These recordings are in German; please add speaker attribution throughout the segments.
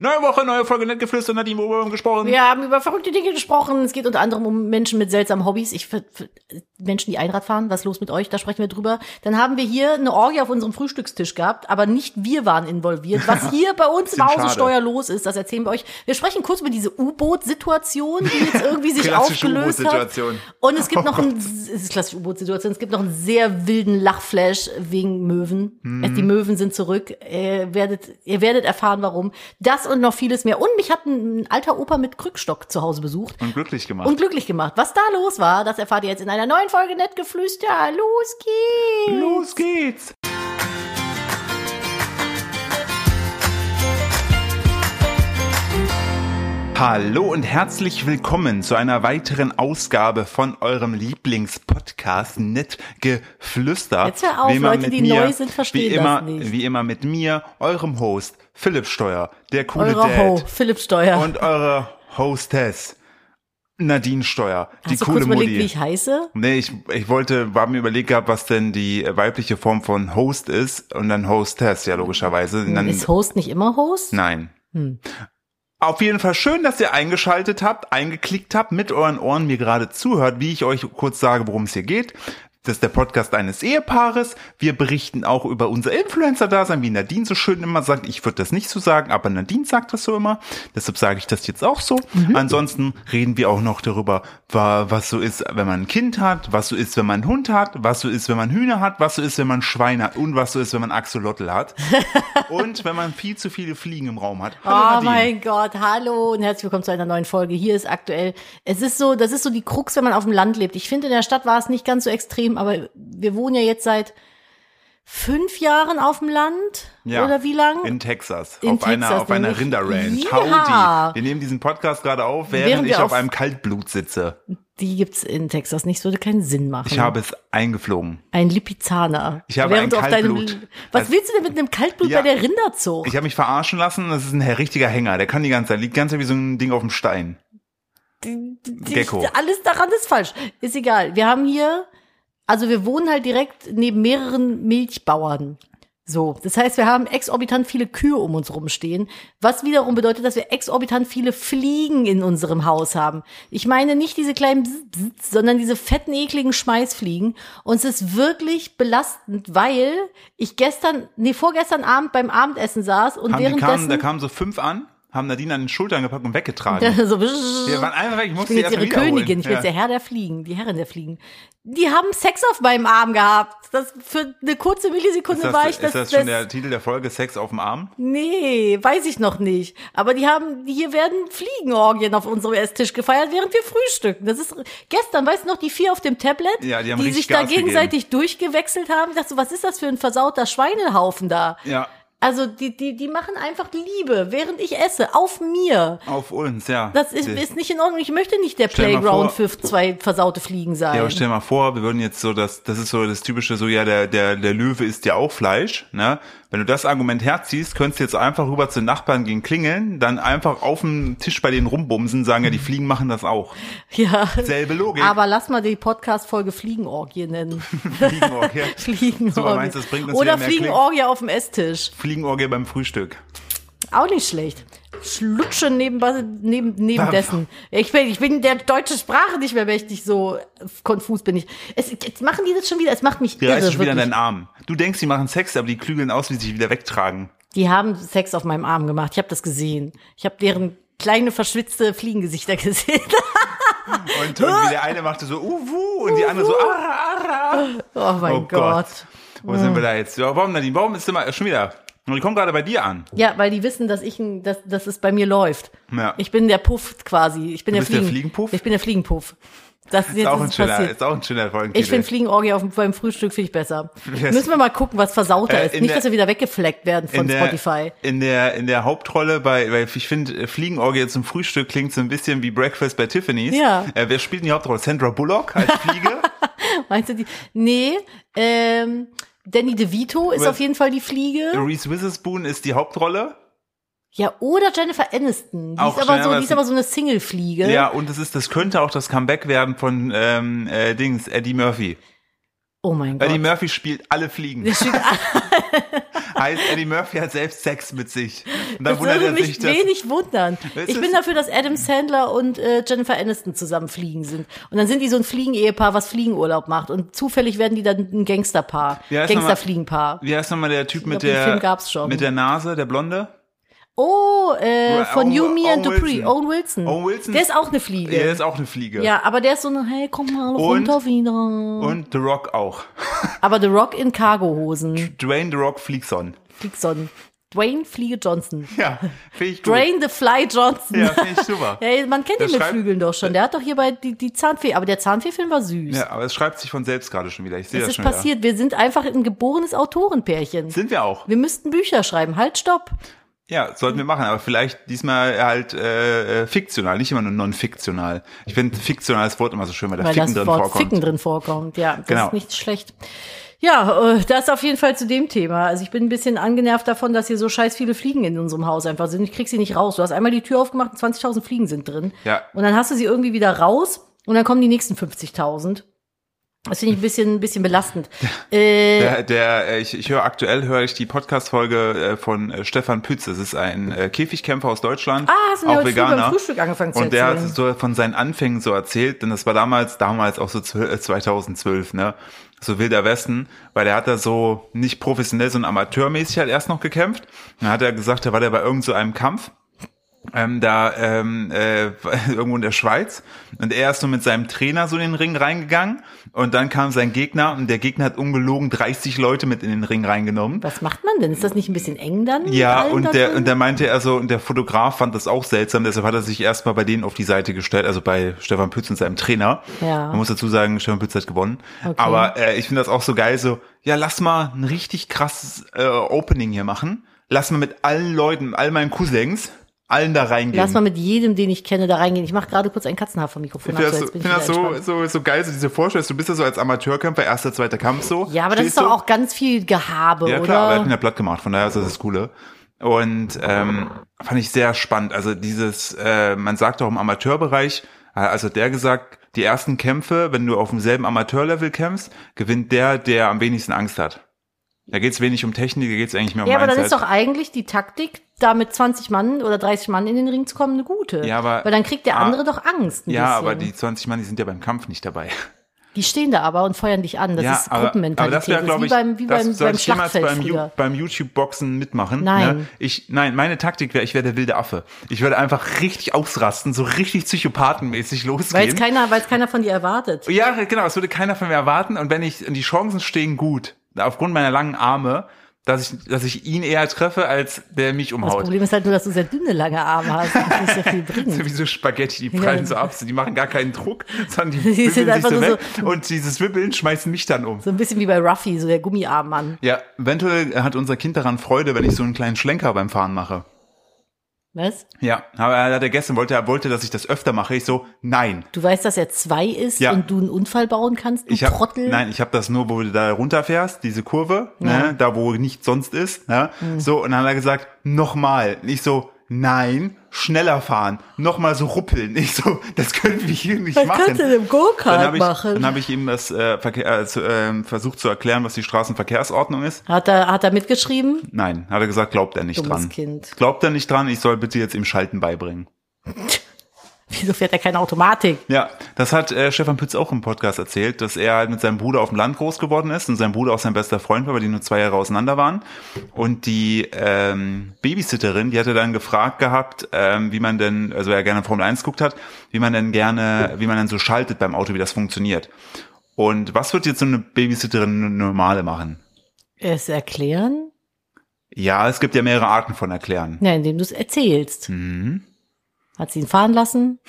Speaker 1: Neue Woche, neue Folge Nettgeflüster, Nadine Obermann gesprochen.
Speaker 2: Wir haben über verrückte Dinge gesprochen. Es geht unter anderem um Menschen mit seltsamen Hobbys. Ich ver- ver- Menschen, die Einrad fahren, was ist los mit euch? Da sprechen wir drüber. Dann haben wir hier eine Orgie auf unserem Frühstückstisch gehabt, aber nicht wir waren involviert. Was hier bei uns im
Speaker 1: Bisschen
Speaker 2: Außensteuer
Speaker 1: schade.
Speaker 2: los ist, das erzählen wir euch. Wir sprechen kurz über diese U-Boot-Situation, die jetzt irgendwie sich
Speaker 1: Klassische
Speaker 2: aufgelöst hat.
Speaker 1: U-Boot-Situation.
Speaker 2: Und
Speaker 1: Oh
Speaker 2: es gibt noch ein, es ist klassische U-Boot-Situation, es gibt noch einen sehr wilden Lachflash wegen Möwen.
Speaker 1: Mhm.
Speaker 2: Es- Die Möwen sind zurück. Ihr werdet, ihr werdet erfahren, warum. Das und noch vieles mehr. Und mich hat ein ein alter Opa mit Krückstock zu Hause besucht
Speaker 1: Und glücklich gemacht.
Speaker 2: und glücklich gemacht. Was da los war, das erfahrt ihr jetzt in einer neuen Folge Nettgeflüster. Los geht's!
Speaker 1: Los geht's! Hallo und herzlich willkommen zu einer weiteren Ausgabe von eurem Lieblingspodcast Nettgeflüster.
Speaker 2: Jetzt hör auf,
Speaker 1: Wie immer
Speaker 2: Leute,
Speaker 1: mit
Speaker 2: die
Speaker 1: mir,
Speaker 2: neu sind, verstehen
Speaker 1: wie immer,
Speaker 2: das nicht.
Speaker 1: Wie immer mit mir, eurem Host Philipp Steuer, der coole
Speaker 2: Eure
Speaker 1: Dad.
Speaker 2: Ho, Philipp Steuer.
Speaker 1: Und eure Hostess Nadine Steuer, die
Speaker 2: Hast du
Speaker 1: coole
Speaker 2: kurz überlegt,
Speaker 1: Mutti.
Speaker 2: wie ich heiße?
Speaker 1: Nee, ich, ich wollte, war mir überlegt gehabt, was denn die äh, weibliche Form von Host ist und dann Hostess, ja logischerweise. Und Dann,
Speaker 2: Ist Host nicht immer Host?
Speaker 1: nein. Auf jeden Fall schön, dass ihr eingeschaltet habt, eingeklickt habt, mit euren Ohren mir gerade zuhört, wie ich euch kurz sage, worum es hier geht. Das ist der Podcast eines Ehepaares. Wir berichten auch über unser Influencer-Dasein, wie Nadine so schön immer sagt. Ich würde das nicht so sagen, aber Nadine sagt das so immer. Deshalb sage ich das jetzt auch so. Ansonsten reden wir auch noch darüber, wa- was so ist, wenn man ein Kind hat, was so ist, wenn man einen Hund hat, was so ist, wenn man Hühner hat, was so ist, wenn man Schweine hat und was so ist, wenn man Axolotl hat. und wenn man viel zu viele Fliegen im Raum hat. Hallo
Speaker 2: Oh
Speaker 1: Nadine.
Speaker 2: mein Gott, hallo und herzlich willkommen zu einer neuen Folge. Hier ist aktuell, es ist so, das ist so die Krux, wenn man auf dem Land lebt. Ich finde, in der Stadt war es nicht ganz so extrem, aber wir wohnen ja jetzt seit fünf Jahren auf dem Land.
Speaker 1: Ja.
Speaker 2: Oder wie lang?
Speaker 1: In Texas.
Speaker 2: In
Speaker 1: auf einer,
Speaker 2: Texas
Speaker 1: auf einer
Speaker 2: nämlich.
Speaker 1: Rinderranch.
Speaker 2: Ja.
Speaker 1: Howdy. Wir nehmen diesen Podcast gerade auf, während,
Speaker 2: Während wir
Speaker 1: ich auf
Speaker 2: auf-
Speaker 1: einem Kaltblut sitze.
Speaker 2: Die gibt's in Texas nicht, würde keinen Sinn machen.
Speaker 1: Ich habe es eingeflogen.
Speaker 2: ein Lipizzaner.
Speaker 1: Ich habe
Speaker 2: Während
Speaker 1: ein
Speaker 2: du auf deinem-
Speaker 1: Kaltblut.
Speaker 2: Was
Speaker 1: Also-
Speaker 2: willst du denn mit einem Kaltblut
Speaker 1: Ja.
Speaker 2: bei der Rinderzucht?
Speaker 1: Ich habe mich verarschen lassen. Das ist ein richtiger Hänger. Der kann die ganze Zeit, liegt ganz wie so ein Ding auf dem Stein.
Speaker 2: Die-
Speaker 1: Gecko.
Speaker 2: Alles daran ist falsch. Ist egal. Wir haben hier, also wir wohnen halt direkt neben mehreren Milchbauern. So, das heißt, wir haben exorbitant viele Kühe um uns rumstehen, was wiederum bedeutet, dass wir exorbitant viele Fliegen in unserem Haus haben. Ich meine nicht diese kleinen, Bzz, Bzz, sondern diese fetten, ekligen Schmeißfliegen. Und es ist wirklich belastend, weil ich gestern, nee, vorgestern Abend beim Abendessen saß und
Speaker 1: Haben die kamen,
Speaker 2: währenddessen
Speaker 1: da kamen so fünf an, haben Nadine an den Schultern gepackt und weggetragen.
Speaker 2: so,
Speaker 1: Wir waren einfach weg. Ich
Speaker 2: ich
Speaker 1: musste
Speaker 2: bin jetzt
Speaker 1: die
Speaker 2: ihre
Speaker 1: erst mal wiederholen.
Speaker 2: Königin, ich bin
Speaker 1: Ja.
Speaker 2: jetzt der Herr der Fliegen, die Herrin der Fliegen. Die haben Sex auf meinem Arm gehabt. Das für eine kurze Millisekunde
Speaker 1: Ist das,
Speaker 2: war ich
Speaker 1: ist das schon der Titel der Folge Sex auf dem Arm?
Speaker 2: Nee, weiß ich noch nicht. Aber die haben, hier werden Fliegenorgien auf unserem Esstisch gefeiert, während wir frühstücken. Das ist gestern, weißt du noch, die vier auf dem Tablet,
Speaker 1: Ja, die haben richtig
Speaker 2: sich da
Speaker 1: Gas gegeben.
Speaker 2: gegenseitig durchgewechselt haben. Ich dachte so, was ist das für ein versauter Schweinehaufen da?
Speaker 1: Ja.
Speaker 2: Also die, die, die machen einfach Liebe, während ich esse, auf mir.
Speaker 1: Auf uns, ja.
Speaker 2: Das ist,
Speaker 1: Die-
Speaker 2: ist nicht in Ordnung. Ich möchte nicht der
Speaker 1: Stell dir mal
Speaker 2: Playground
Speaker 1: vor-
Speaker 2: für zwei versaute Fliegen sein.
Speaker 1: Ja, aber stell dir mal vor, wir würden jetzt so das, das ist so das typische, so ja, der, der, der Löwe isst ja auch Fleisch, ne? Wenn du das Argument herziehst, könntest du jetzt einfach rüber zu den Nachbarn gehen klingeln, dann einfach auf dem Tisch bei denen rumbumsen, sagen ja, die Fliegen machen das auch.
Speaker 2: ja.
Speaker 1: Selbe Logik.
Speaker 2: Aber lass mal die Podcast-Folge Fliegenorgie nennen.
Speaker 1: Fliegenorgie.
Speaker 2: Fliegenorgie.
Speaker 1: Super, meinst du, das bringt uns wieder
Speaker 2: Oder
Speaker 1: mehr
Speaker 2: Fliegenorgie auf dem Esstisch.
Speaker 1: Fliegenorgie beim Frühstück.
Speaker 2: Auch nicht schlecht. Schlutschen neben, neben, neben dessen. Ich bin, ich bin der deutschen Sprache nicht mehr mächtig, so konfus bin ich. Es, jetzt machen die das schon wieder, es macht mich
Speaker 1: Die
Speaker 2: irre.
Speaker 1: reißt schon wieder an
Speaker 2: wirklich.
Speaker 1: deinen Arm. Du denkst, die machen Sex, aber die klügeln aus, wie sie sich wieder wegtragen.
Speaker 2: Die haben Sex auf meinem Arm gemacht. Ich habe das gesehen. Ich habe deren kleine verschwitzte Fliegengesichter gesehen.
Speaker 1: Und irgendwie der eine machte so uwu und die andere so ara, ara.
Speaker 2: Oh mein
Speaker 1: Oh Gott.
Speaker 2: Gott.
Speaker 1: Wo sind wir da jetzt? Ja, warum Nadine? Warum ist immer schon wieder? Und die kommen gerade bei dir an.
Speaker 2: Ja, weil die wissen, dass ich, ein- dass, dass es bei mir läuft.
Speaker 1: Ja.
Speaker 2: Ich bin der Puff quasi. Ich bin
Speaker 1: Du
Speaker 2: der,
Speaker 1: bist der
Speaker 2: Fliegen-
Speaker 1: Fliegenpuff?
Speaker 2: Ich bin der Fliegenpuff. Das ist jetzt
Speaker 1: Ist auch ein
Speaker 2: ist
Speaker 1: schöner,
Speaker 2: passiert.
Speaker 1: ist auch ein schöner Folgentitel.
Speaker 2: Ich finde Fliegenorgie auf, dem- beim Frühstück finde ich besser.
Speaker 1: Yes.
Speaker 2: Müssen wir mal gucken, was versauter
Speaker 1: Äh,
Speaker 2: ist.
Speaker 1: in
Speaker 2: Nicht,
Speaker 1: der-
Speaker 2: dass wir wieder weggefleckt werden von Spotify.
Speaker 1: In der, in der Hauptrolle bei, weil ich äh, finde, Fliegenorgie zum Frühstück klingt so ein bisschen wie Breakfast bei Tiffany's.
Speaker 2: Ja.
Speaker 1: Äh, wer spielt denn die Hauptrolle? Sandra Bullock als Fliege?
Speaker 2: Meinst du die? Nee, ähm, Danny DeVito ist
Speaker 1: Was-
Speaker 2: auf jeden Fall die Fliege.
Speaker 1: Reese Witherspoon ist die Hauptrolle.
Speaker 2: Ja, oder Jennifer Aniston. Die
Speaker 1: Auch
Speaker 2: ist aber
Speaker 1: Jennifer
Speaker 2: so, die ist
Speaker 1: Aniston.
Speaker 2: aber so eine Single-Fliege.
Speaker 1: Ja, und es ist, das könnte auch das Comeback werden von, ähm, äh, Dings, Eddie Murphy.
Speaker 2: Oh mein Gott.
Speaker 1: Eddie Murphy spielt alle Fliegen.
Speaker 2: Der steht-
Speaker 1: heißt, Eddie Murphy hat selbst Sex mit sich. Und dann
Speaker 2: Das
Speaker 1: wundert
Speaker 2: würde
Speaker 1: er
Speaker 2: mich
Speaker 1: sich, dass
Speaker 2: wenig wundern.
Speaker 1: Es
Speaker 2: Ich
Speaker 1: ist-
Speaker 2: bin dafür, dass Adam Sandler und äh, Jennifer Aniston zusammen fliegen sind. Und dann sind die so ein Fliegen-Ehepaar, was Fliegenurlaub macht. Und zufällig werden die dann ein Gangsterpaar.
Speaker 1: Wie heißt
Speaker 2: Gangsterfliegenpaar.
Speaker 1: Wie heißt nochmal der Typ mit
Speaker 2: glaub, den
Speaker 1: der,
Speaker 2: Film gab's schon.
Speaker 1: mit der Nase, der Blonde?
Speaker 2: Oh, äh, von
Speaker 1: Owen-
Speaker 2: You, Me and
Speaker 1: Owen
Speaker 2: Dupree.
Speaker 1: Wilson.
Speaker 2: Owen Wilson.
Speaker 1: Owen Wilson.
Speaker 2: Der ist auch eine Fliege.
Speaker 1: Ja, der ist auch eine Fliege.
Speaker 2: Ja, aber der ist so ein, hey, komm mal runter wieder.
Speaker 1: Und The Rock auch.
Speaker 2: aber The Rock in Cargohosen.
Speaker 1: Dwayne The Rock Fliegson.
Speaker 2: Fliegson. Dwayne Fliege Johnson.
Speaker 1: Ja, finde ich gut.
Speaker 2: Dwayne the Fly Johnson.
Speaker 1: Ja, finde ich super.
Speaker 2: Ja, man kennt
Speaker 1: Der
Speaker 2: ihn mit
Speaker 1: schreibt-
Speaker 2: Flügeln doch schon. Der hat doch hierbei die, die Zahnfee. Aber der Zahnfee-Film war süß.
Speaker 1: Ja, aber es schreibt sich von selbst gerade schon wieder. Ich sehe
Speaker 2: das
Speaker 1: das
Speaker 2: ist
Speaker 1: schon wieder.
Speaker 2: passiert. Wir sind einfach ein geborenes Autorenpärchen.
Speaker 1: Sind wir auch.
Speaker 2: Wir müssten Bücher schreiben. Halt, stopp.
Speaker 1: Ja, sollten wir machen, aber vielleicht diesmal halt äh, äh, fiktional, nicht immer nur non-fiktional. Ich finde fiktionales Wort immer so schön, weil da
Speaker 2: Weil
Speaker 1: Ficken
Speaker 2: das
Speaker 1: drin
Speaker 2: Wort
Speaker 1: vorkommt.
Speaker 2: Ficken drin vorkommt. Ja, das
Speaker 1: Genau.
Speaker 2: ist nicht schlecht. Ja, äh, das auf jeden Fall zu dem Thema. Also ich bin ein bisschen angenervt davon, dass hier so scheiß viele Fliegen in unserem Haus einfach sind. Ich krieg sie nicht raus. Du hast einmal die Tür aufgemacht und 20.000 Fliegen sind drin.
Speaker 1: Ja.
Speaker 2: Und dann hast du sie irgendwie wieder raus und dann kommen die nächsten 50.000. Das finde ich ein bisschen, ein bisschen belastend. Äh,
Speaker 1: Der, der, äh, ich, ich höre aktuell höre ich die Podcast-Folge äh, von äh, Stefan Pütz. Das ist ein äh, Käfigkämpfer aus Deutschland,
Speaker 2: ah, hast du mir
Speaker 1: auch
Speaker 2: heute früh beim
Speaker 1: Veganer.
Speaker 2: Frühstück angefangen zu
Speaker 1: Und der hat
Speaker 2: erzählen.
Speaker 1: so von seinen Anfängen so erzählt, denn das war damals, damals auch so zwö- äh, 2012, ne? So Wilder Westen, weil der hat da so nicht professionell, sondern amateurmäßig halt erst noch gekämpft. Dann hat er gesagt, da war der bei irgend so einem Kampf. Ähm, da ähm, äh, irgendwo in der Schweiz und er ist so mit seinem Trainer so in den Ring reingegangen und dann kam sein Gegner und der Gegner hat ungelogen 30 Leute mit in den Ring reingenommen
Speaker 2: Was macht man denn? Ist das nicht ein bisschen eng dann? mit
Speaker 1: ja,
Speaker 2: allen da
Speaker 1: und der,
Speaker 2: drin?
Speaker 1: und der meinte er so, und der Fotograf fand das auch seltsam, deshalb hat er sich erstmal bei denen auf die Seite gestellt, also bei Stefan Pütz und seinem Trainer.
Speaker 2: Ja.
Speaker 1: Man muss dazu sagen, Stefan Pütz hat gewonnen. Aber äh, ich finde das auch so geil, so, ja, lass mal ein richtig krasses äh, Opening hier machen. Lass mal mit allen Leuten, all meinen Cousins, allen da reingehen.
Speaker 2: Lass mal mit jedem, den ich kenne, da reingehen. Ich mache gerade kurz einen Katzenhaar vom Mikrofon.
Speaker 1: ich
Speaker 2: ab,
Speaker 1: finde das, so,
Speaker 2: so jetzt bin
Speaker 1: find das
Speaker 2: ich wieder
Speaker 1: so,
Speaker 2: entspannt.
Speaker 1: so, so geil, so diese Vorstellung. Du bist ja so als Amateurkämpfer, erster, zweiter Kampf so.
Speaker 2: ja, aber das
Speaker 1: Stehst
Speaker 2: ist doch
Speaker 1: so-
Speaker 2: auch ganz viel Gehabe,
Speaker 1: Ja
Speaker 2: oder?
Speaker 1: klar, aber er hat ihn ja platt gemacht, von daher ist das das Coole. Und ähm, fand ich sehr spannend. Also dieses, äh, man sagt auch im Amateurbereich, äh, also hat der gesagt, die ersten Kämpfe, wenn du auf demselben Amateurlevel kämpfst, gewinnt der, der am wenigsten Angst hat. Da geht's wenig um Technik, da geht's eigentlich mehr um
Speaker 2: ja, aber dann
Speaker 1: Mindset.
Speaker 2: ist doch eigentlich die Taktik, da mit 20 Mann oder 30 Mann in den Ring zu kommen, eine gute.
Speaker 1: Ja, aber-
Speaker 2: Weil dann kriegt der
Speaker 1: Ah.
Speaker 2: andere doch Angst. Ein bisschen.
Speaker 1: ja, aber die 20 Mann, die sind ja beim Kampf nicht dabei.
Speaker 2: Die stehen da aber und feuern dich an. Das
Speaker 1: ja,
Speaker 2: ist Gruppenmentalität.
Speaker 1: das wäre,
Speaker 2: ist
Speaker 1: glaube
Speaker 2: wie
Speaker 1: ich,
Speaker 2: beim, wie
Speaker 1: das
Speaker 2: beim,
Speaker 1: sollte
Speaker 2: beim
Speaker 1: ich jemals
Speaker 2: Schlachtfeld
Speaker 1: beim, Ju-
Speaker 2: früher.
Speaker 1: beim YouTube-Boxen mitmachen.
Speaker 2: Nein.
Speaker 1: Ne? Ich, nein, meine Taktik wäre, ich wäre der wilde Affe. Ich würde einfach richtig ausrasten, so richtig psychopathenmäßig
Speaker 2: Weil es
Speaker 1: losgehen.
Speaker 2: keiner, weil es keiner von dir erwartet.
Speaker 1: Ja, genau, das würde keiner von mir erwarten. Und wenn ich, und die Chancen stehen gut, aufgrund meiner langen Arme, dass ich, dass ich ihn eher treffe, als der mich
Speaker 2: Das
Speaker 1: umhaut.
Speaker 2: Problem ist halt nur, dass du sehr dünne, lange Arme hast und nicht so viel bringen.
Speaker 1: So wie so Spaghetti, die prallen
Speaker 2: Ja.
Speaker 1: so ab, so, die machen gar keinen Druck, sondern die,
Speaker 2: Die
Speaker 1: wibbeln
Speaker 2: sind
Speaker 1: sich
Speaker 2: einfach
Speaker 1: so
Speaker 2: nur
Speaker 1: weg und dieses Wibbeln schmeißen mich dann um.
Speaker 2: So ein bisschen wie bei Ruffy, so der Gummiarmmann.
Speaker 1: Ja, eventuell hat unser Kind daran Freude, wenn ich so einen kleinen Schlenker beim Fahren mache.
Speaker 2: Was?
Speaker 1: Ja, aber er hat ja gestern wollte, er wollte, dass ich das öfter mache. Ich so, nein.
Speaker 2: Du weißt, dass er zwei ist
Speaker 1: Ja.
Speaker 2: und du einen Unfall bauen kannst, du
Speaker 1: Ich hab,
Speaker 2: Trottel.
Speaker 1: Nein, ich habe das nur, wo du da runterfährst, diese Kurve,
Speaker 2: Ja. Mhm.
Speaker 1: ne, da wo nichts sonst ist. Ne, So, und dann hat er gesagt, nochmal. Ich so, nein, schneller fahren, nochmal so ruppeln. Ich so, das können wir hier nicht
Speaker 2: Was
Speaker 1: machen.
Speaker 2: kannst du denn im
Speaker 1: Dann
Speaker 2: Go-Kart
Speaker 1: habe ich, dann
Speaker 2: machen?
Speaker 1: hab ich ihm das äh, Verkehr, äh, zu, ähm, versucht zu erklären, was die Straßenverkehrsordnung ist.
Speaker 2: Hat er, hat er mitgeschrieben?
Speaker 1: Nein, hat er gesagt, glaubt er nicht
Speaker 2: Dummes
Speaker 1: dran.
Speaker 2: Kind.
Speaker 1: Glaubt er nicht dran, ich soll bitte jetzt ihm Schalten beibringen.
Speaker 2: Wieso fährt er keine Automatik?
Speaker 1: Ja, das hat äh, Stefan Pütz auch im Podcast erzählt, dass er halt mit seinem Bruder auf dem Land groß geworden ist und sein Bruder auch sein bester Freund war, weil die nur zwei Jahre auseinander waren. Und die ähm, Babysitterin, die hatte dann gefragt gehabt, ähm, wie man denn, also er gerne Formel 1 guckt hat, wie man denn gerne, wie man denn so schaltet beim Auto, wie das funktioniert. Und was wird jetzt so eine Babysitterin normale machen?
Speaker 2: Es erklären?
Speaker 1: Ja, es gibt ja mehrere Arten von Erklären.
Speaker 2: Ja, indem du es erzählst.
Speaker 1: Mhm.
Speaker 2: Hat sie ihn fahren lassen?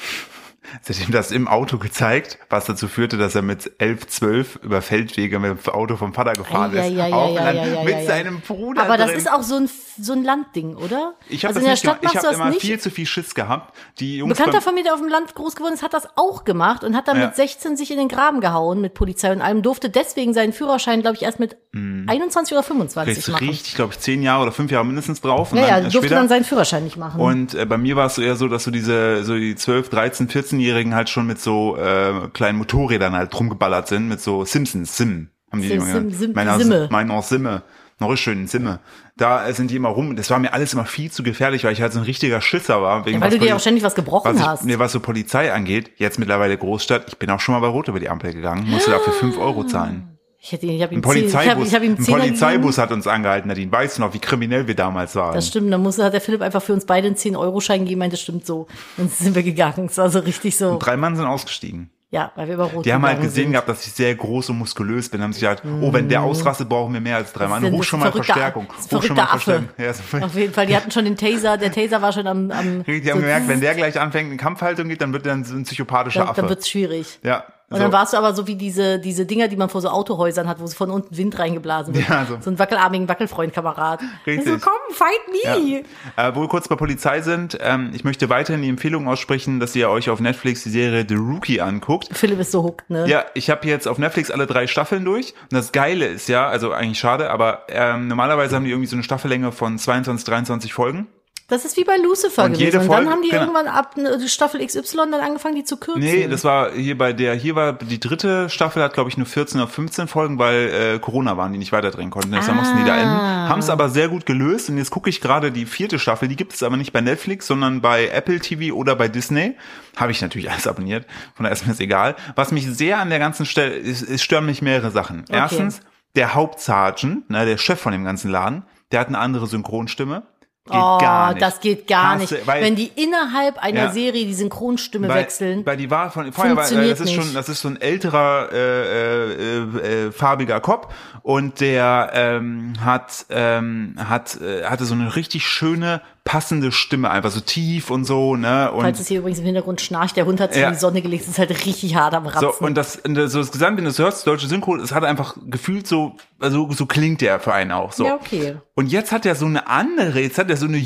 Speaker 1: Sie hat ihm das im Auto gezeigt, was dazu führte, dass er mit 11, 12 über Feldwege mit dem Auto vom Vater gefahren ist.
Speaker 2: Eieieiei,
Speaker 1: Auch dann
Speaker 2: eieieiei,
Speaker 1: mit
Speaker 2: eieiei.
Speaker 1: seinem Bruder
Speaker 2: Aber das
Speaker 1: drin.
Speaker 2: ist auch so ein, so ein Landding, oder?
Speaker 1: ich hab das
Speaker 2: also in der
Speaker 1: nicht gemacht.
Speaker 2: Stadt machst
Speaker 1: ich
Speaker 2: du
Speaker 1: hab
Speaker 2: das
Speaker 1: immer
Speaker 2: nicht.
Speaker 1: viel zu viel Schiss gehabt. Die Jungs
Speaker 2: Bekannter
Speaker 1: beim-
Speaker 2: von mir, der auf dem Land groß geworden ist, hat das auch gemacht und hat dann
Speaker 1: Ja.
Speaker 2: mit 16 sich in den Graben gehauen mit Polizei und allem, durfte deswegen seinen Führerschein, glaube ich, erst mit
Speaker 1: Mhm.
Speaker 2: 21 oder 25
Speaker 1: kriegst
Speaker 2: machen.
Speaker 1: richtig, glaube ich, zehn Jahre oder fünf Jahre mindestens drauf. Und
Speaker 2: Ja, ja,
Speaker 1: dann
Speaker 2: durfte
Speaker 1: später.
Speaker 2: dann seinen Führerschein nicht machen.
Speaker 1: und äh, bei mir war es so eher so, dass du diese so die 12, 13, 14-Jährigen halt schon mit so äh, kleinen Motorrädern halt rumgeballert sind, mit so Simpsons, Sim. Haben die
Speaker 2: Sim,
Speaker 1: Jungen.
Speaker 2: Sim, Sim,
Speaker 1: meiner,
Speaker 2: Simme.
Speaker 1: meiner Simme. noch richtig schön in Zimmer. Da äh, sind die immer rum. Das war mir alles immer viel zu gefährlich, weil ich halt so ein richtiger Schisser war. Wegen
Speaker 2: Weil
Speaker 1: was
Speaker 2: du dir auch
Speaker 1: Poli-
Speaker 2: ständig was gebrochen
Speaker 1: was ich,
Speaker 2: hast.
Speaker 1: Nee, was so Polizei angeht, jetzt mittlerweile Großstadt, ich bin auch schon mal bei Rot über die Ampel gegangen, musste dafür 5 Euro zahlen.
Speaker 2: Ich, hätte ihn, ich habe
Speaker 1: Ein
Speaker 2: ihm zehn, Ah. ich
Speaker 1: Polizeibus,
Speaker 2: hab, ich hab ihm
Speaker 1: ein
Speaker 2: zehn
Speaker 1: Polizeibus hat uns angehalten, Nadine. Weißt du noch, wie kriminell wir damals waren?
Speaker 2: Das stimmt, dann muss, hat der Philipp einfach für uns beide einen 10-Euro-Schein gegeben, meinte, stimmt so. Dann sind wir gegangen. Es war so richtig so.
Speaker 1: Drei Mann sind ausgestiegen.
Speaker 2: Ja, weil wir über Rot
Speaker 1: Die haben halt
Speaker 2: gegangen
Speaker 1: gesehen
Speaker 2: sind. Mhm.
Speaker 1: gehabt, dass ich sehr groß und muskulös bin. Haben sich halt, oh, wenn der ausrastet, brauchen wir mehr als drei Mann.
Speaker 2: sind-
Speaker 1: Ruf
Speaker 2: das
Speaker 1: schon
Speaker 2: ist
Speaker 1: mal
Speaker 2: verrückter-
Speaker 1: Verstärkung.
Speaker 2: das ist
Speaker 1: Ruf schon mal
Speaker 2: verrückter
Speaker 1: Verstärkung. Ja, so-
Speaker 2: Auf jeden Fall, die hatten schon den Taser, der Taser war schon am, am
Speaker 1: Die haben gemerkt, wenn der gleich anfängt, in Kampfhaltung geht, dann wird er ein so ein psychopathischer
Speaker 2: dann,
Speaker 1: Affe.
Speaker 2: dann wird's schwierig.
Speaker 1: ja.
Speaker 2: Und dann warst du aber so wie diese, diese Dinger, die man vor so Autohäusern hat, wo so von unten Wind reingeblasen wird.
Speaker 1: Ja, so.
Speaker 2: ein wackelarmigen Wackelfreund-Kamerad.
Speaker 1: Richtig.
Speaker 2: So, komm, fight me!
Speaker 1: Ja. Äh, wo wir kurz bei Polizei sind, ähm, ich möchte weiterhin die Empfehlung aussprechen, dass ihr euch auf Netflix die Serie The Rookie anguckt.
Speaker 2: Philipp ist so hooked, ne?
Speaker 1: Ja, ich habe jetzt auf Netflix alle drei Staffeln durch. Und das Geile ist ja, also eigentlich schade, aber ähm, normalerweise haben die irgendwie so eine Staffellänge von 22, 23 Folgen.
Speaker 2: Das ist wie bei Lucifer
Speaker 1: Und
Speaker 2: gewesen.
Speaker 1: jede
Speaker 2: und
Speaker 1: Folge-
Speaker 2: dann haben die
Speaker 1: genau.
Speaker 2: irgendwann ab äh, Staffel XY dann angefangen, die zu kürzen.
Speaker 1: Nee, das war hier bei der, hier war die dritte Staffel, hat glaube ich nur 14 oder 15 Folgen, weil äh, Corona waren, die nicht weiterdrehen konnten. Deshalb mussten die da
Speaker 2: Ah.
Speaker 1: enden. Haben es aber sehr gut gelöst und jetzt gucke ich gerade die vierte Staffel, die gibt es aber nicht bei Netflix, sondern bei Apple TV oder bei Disney. Habe ich natürlich alles abonniert, von daher ist mir das egal. Was mich sehr an der ganzen Stelle, es, es stören mich mehrere Sachen. Erstens, der Hauptsergeant, ne, der Chef von dem ganzen Laden, der hat eine andere Synchronstimme. Geht
Speaker 2: oh,
Speaker 1: gar nicht.
Speaker 2: das geht gar
Speaker 1: Hast
Speaker 2: nicht.
Speaker 1: du- weil-
Speaker 2: Wenn die innerhalb einer
Speaker 1: Ja.
Speaker 2: Serie die Synchronstimme
Speaker 1: weil,
Speaker 2: wechseln.
Speaker 1: Weil die war von vorher, weil, äh,
Speaker 2: Funktioniert
Speaker 1: das ist schon,
Speaker 2: nicht.
Speaker 1: das ist so ein älterer äh, äh, äh, farbiger Cop und der ähm, hat ähm, hat äh, hatte so eine richtig schöne passende Stimme, einfach so tief und so ne und
Speaker 2: Falls es hier übrigens im Hintergrund schnarcht, der Hund hat sich
Speaker 1: Ja.
Speaker 2: in die Sonne gelegt, es ist halt richtig hart am Ratzen.
Speaker 1: So, und das, und das- so das Gesamt, wenn du es hörst, deutsche Synchro, es hat einfach gefühlt so, also so klingt der für einen auch so.
Speaker 2: Ja, okay.
Speaker 1: Und jetzt hat er so eine andere, jetzt hat er so eine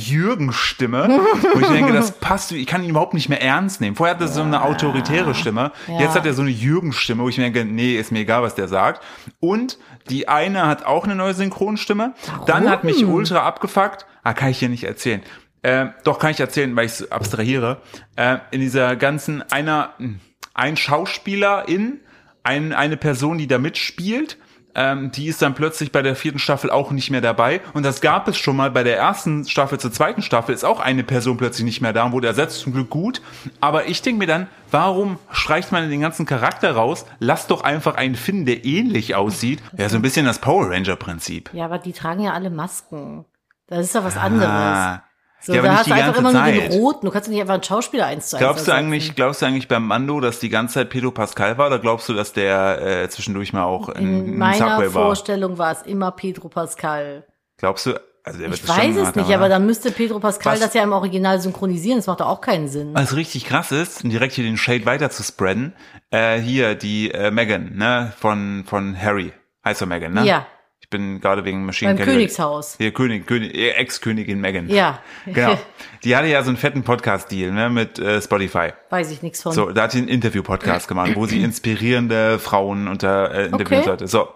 Speaker 1: Jürgen-Stimme, wo ich denke, das passt, ich kann ihn überhaupt nicht mehr ernst nehmen. Vorher hatte er so eine autoritäre Stimme,
Speaker 2: Ja.
Speaker 1: jetzt hat er so eine Jürgen-Stimme, wo ich mir denke, nee, ist mir egal, was der sagt. Und die eine hat auch eine neue Synchronstimme. Dann hat mich ultra abgefuckt, ah, kann ich hier nicht erzählen. Äh, doch kann ich erzählen, weil ich es abstrahiere. Äh, in dieser ganzen einer hm, ein Schauspieler in ein, eine Person, die da mitspielt. Ähm, die ist dann plötzlich bei der vierten Staffel auch nicht mehr dabei. Und das gab es schon mal bei der ersten Staffel zur zweiten Staffel ist auch eine Person plötzlich nicht mehr da und wurde ersetzt zum Glück gut. Aber ich denke mir dann, warum streicht man den ganzen Charakter raus? Lass doch einfach einen finden, der ähnlich aussieht. Ja, so ein bisschen das Power Ranger Prinzip.
Speaker 2: Ja, aber die tragen ja alle Masken. Das ist doch was anderes.
Speaker 1: Ah.
Speaker 2: so,
Speaker 1: ja, aber
Speaker 2: da
Speaker 1: nicht
Speaker 2: hast
Speaker 1: die
Speaker 2: du einfach
Speaker 1: ganze
Speaker 2: immer nur den
Speaker 1: Zeit.
Speaker 2: roten. Du kannst doch nicht einfach einen Schauspieler eins zu eins
Speaker 1: Glaubst du
Speaker 2: ersetzen.
Speaker 1: eigentlich, glaubst du eigentlich beim Mando, dass die ganze Zeit Pedro Pascal war, oder glaubst du, dass der äh, zwischendurch mal auch in,
Speaker 2: In
Speaker 1: in
Speaker 2: meiner
Speaker 1: Subway war?
Speaker 2: Vorstellung war es immer Pedro Pascal.
Speaker 1: Glaubst du? Also der wird
Speaker 2: Ich
Speaker 1: bestimmt
Speaker 2: weiß
Speaker 1: mal
Speaker 2: es
Speaker 1: da
Speaker 2: nicht,
Speaker 1: war.
Speaker 2: aber dann müsste Pedro Pascal
Speaker 1: Was-
Speaker 2: das ja im Original synchronisieren. Das macht doch auch keinen Sinn.
Speaker 1: Was richtig krass ist, um direkt hier den Shade weiter zu spreaden, äh, hier die äh, Megan, ne, von, von Harry. Heißt er Megan, ne?
Speaker 2: Ja.
Speaker 1: Ich bin gerade wegen Machine
Speaker 2: Beim
Speaker 1: Kelly-
Speaker 2: Königshaus.
Speaker 1: Hier, König, König, ihr Ex-Königin Megan.
Speaker 2: Ja.
Speaker 1: Genau. Die hatte ja so einen fetten Podcast-Deal, ne, mit äh, Spotify.
Speaker 2: Weiß ich nichts von.
Speaker 1: So, da hat sie einen Interview-Podcast gemacht, wo sie inspirierende Frauen unter äh, interviewt
Speaker 2: Okay.
Speaker 1: hatte. So,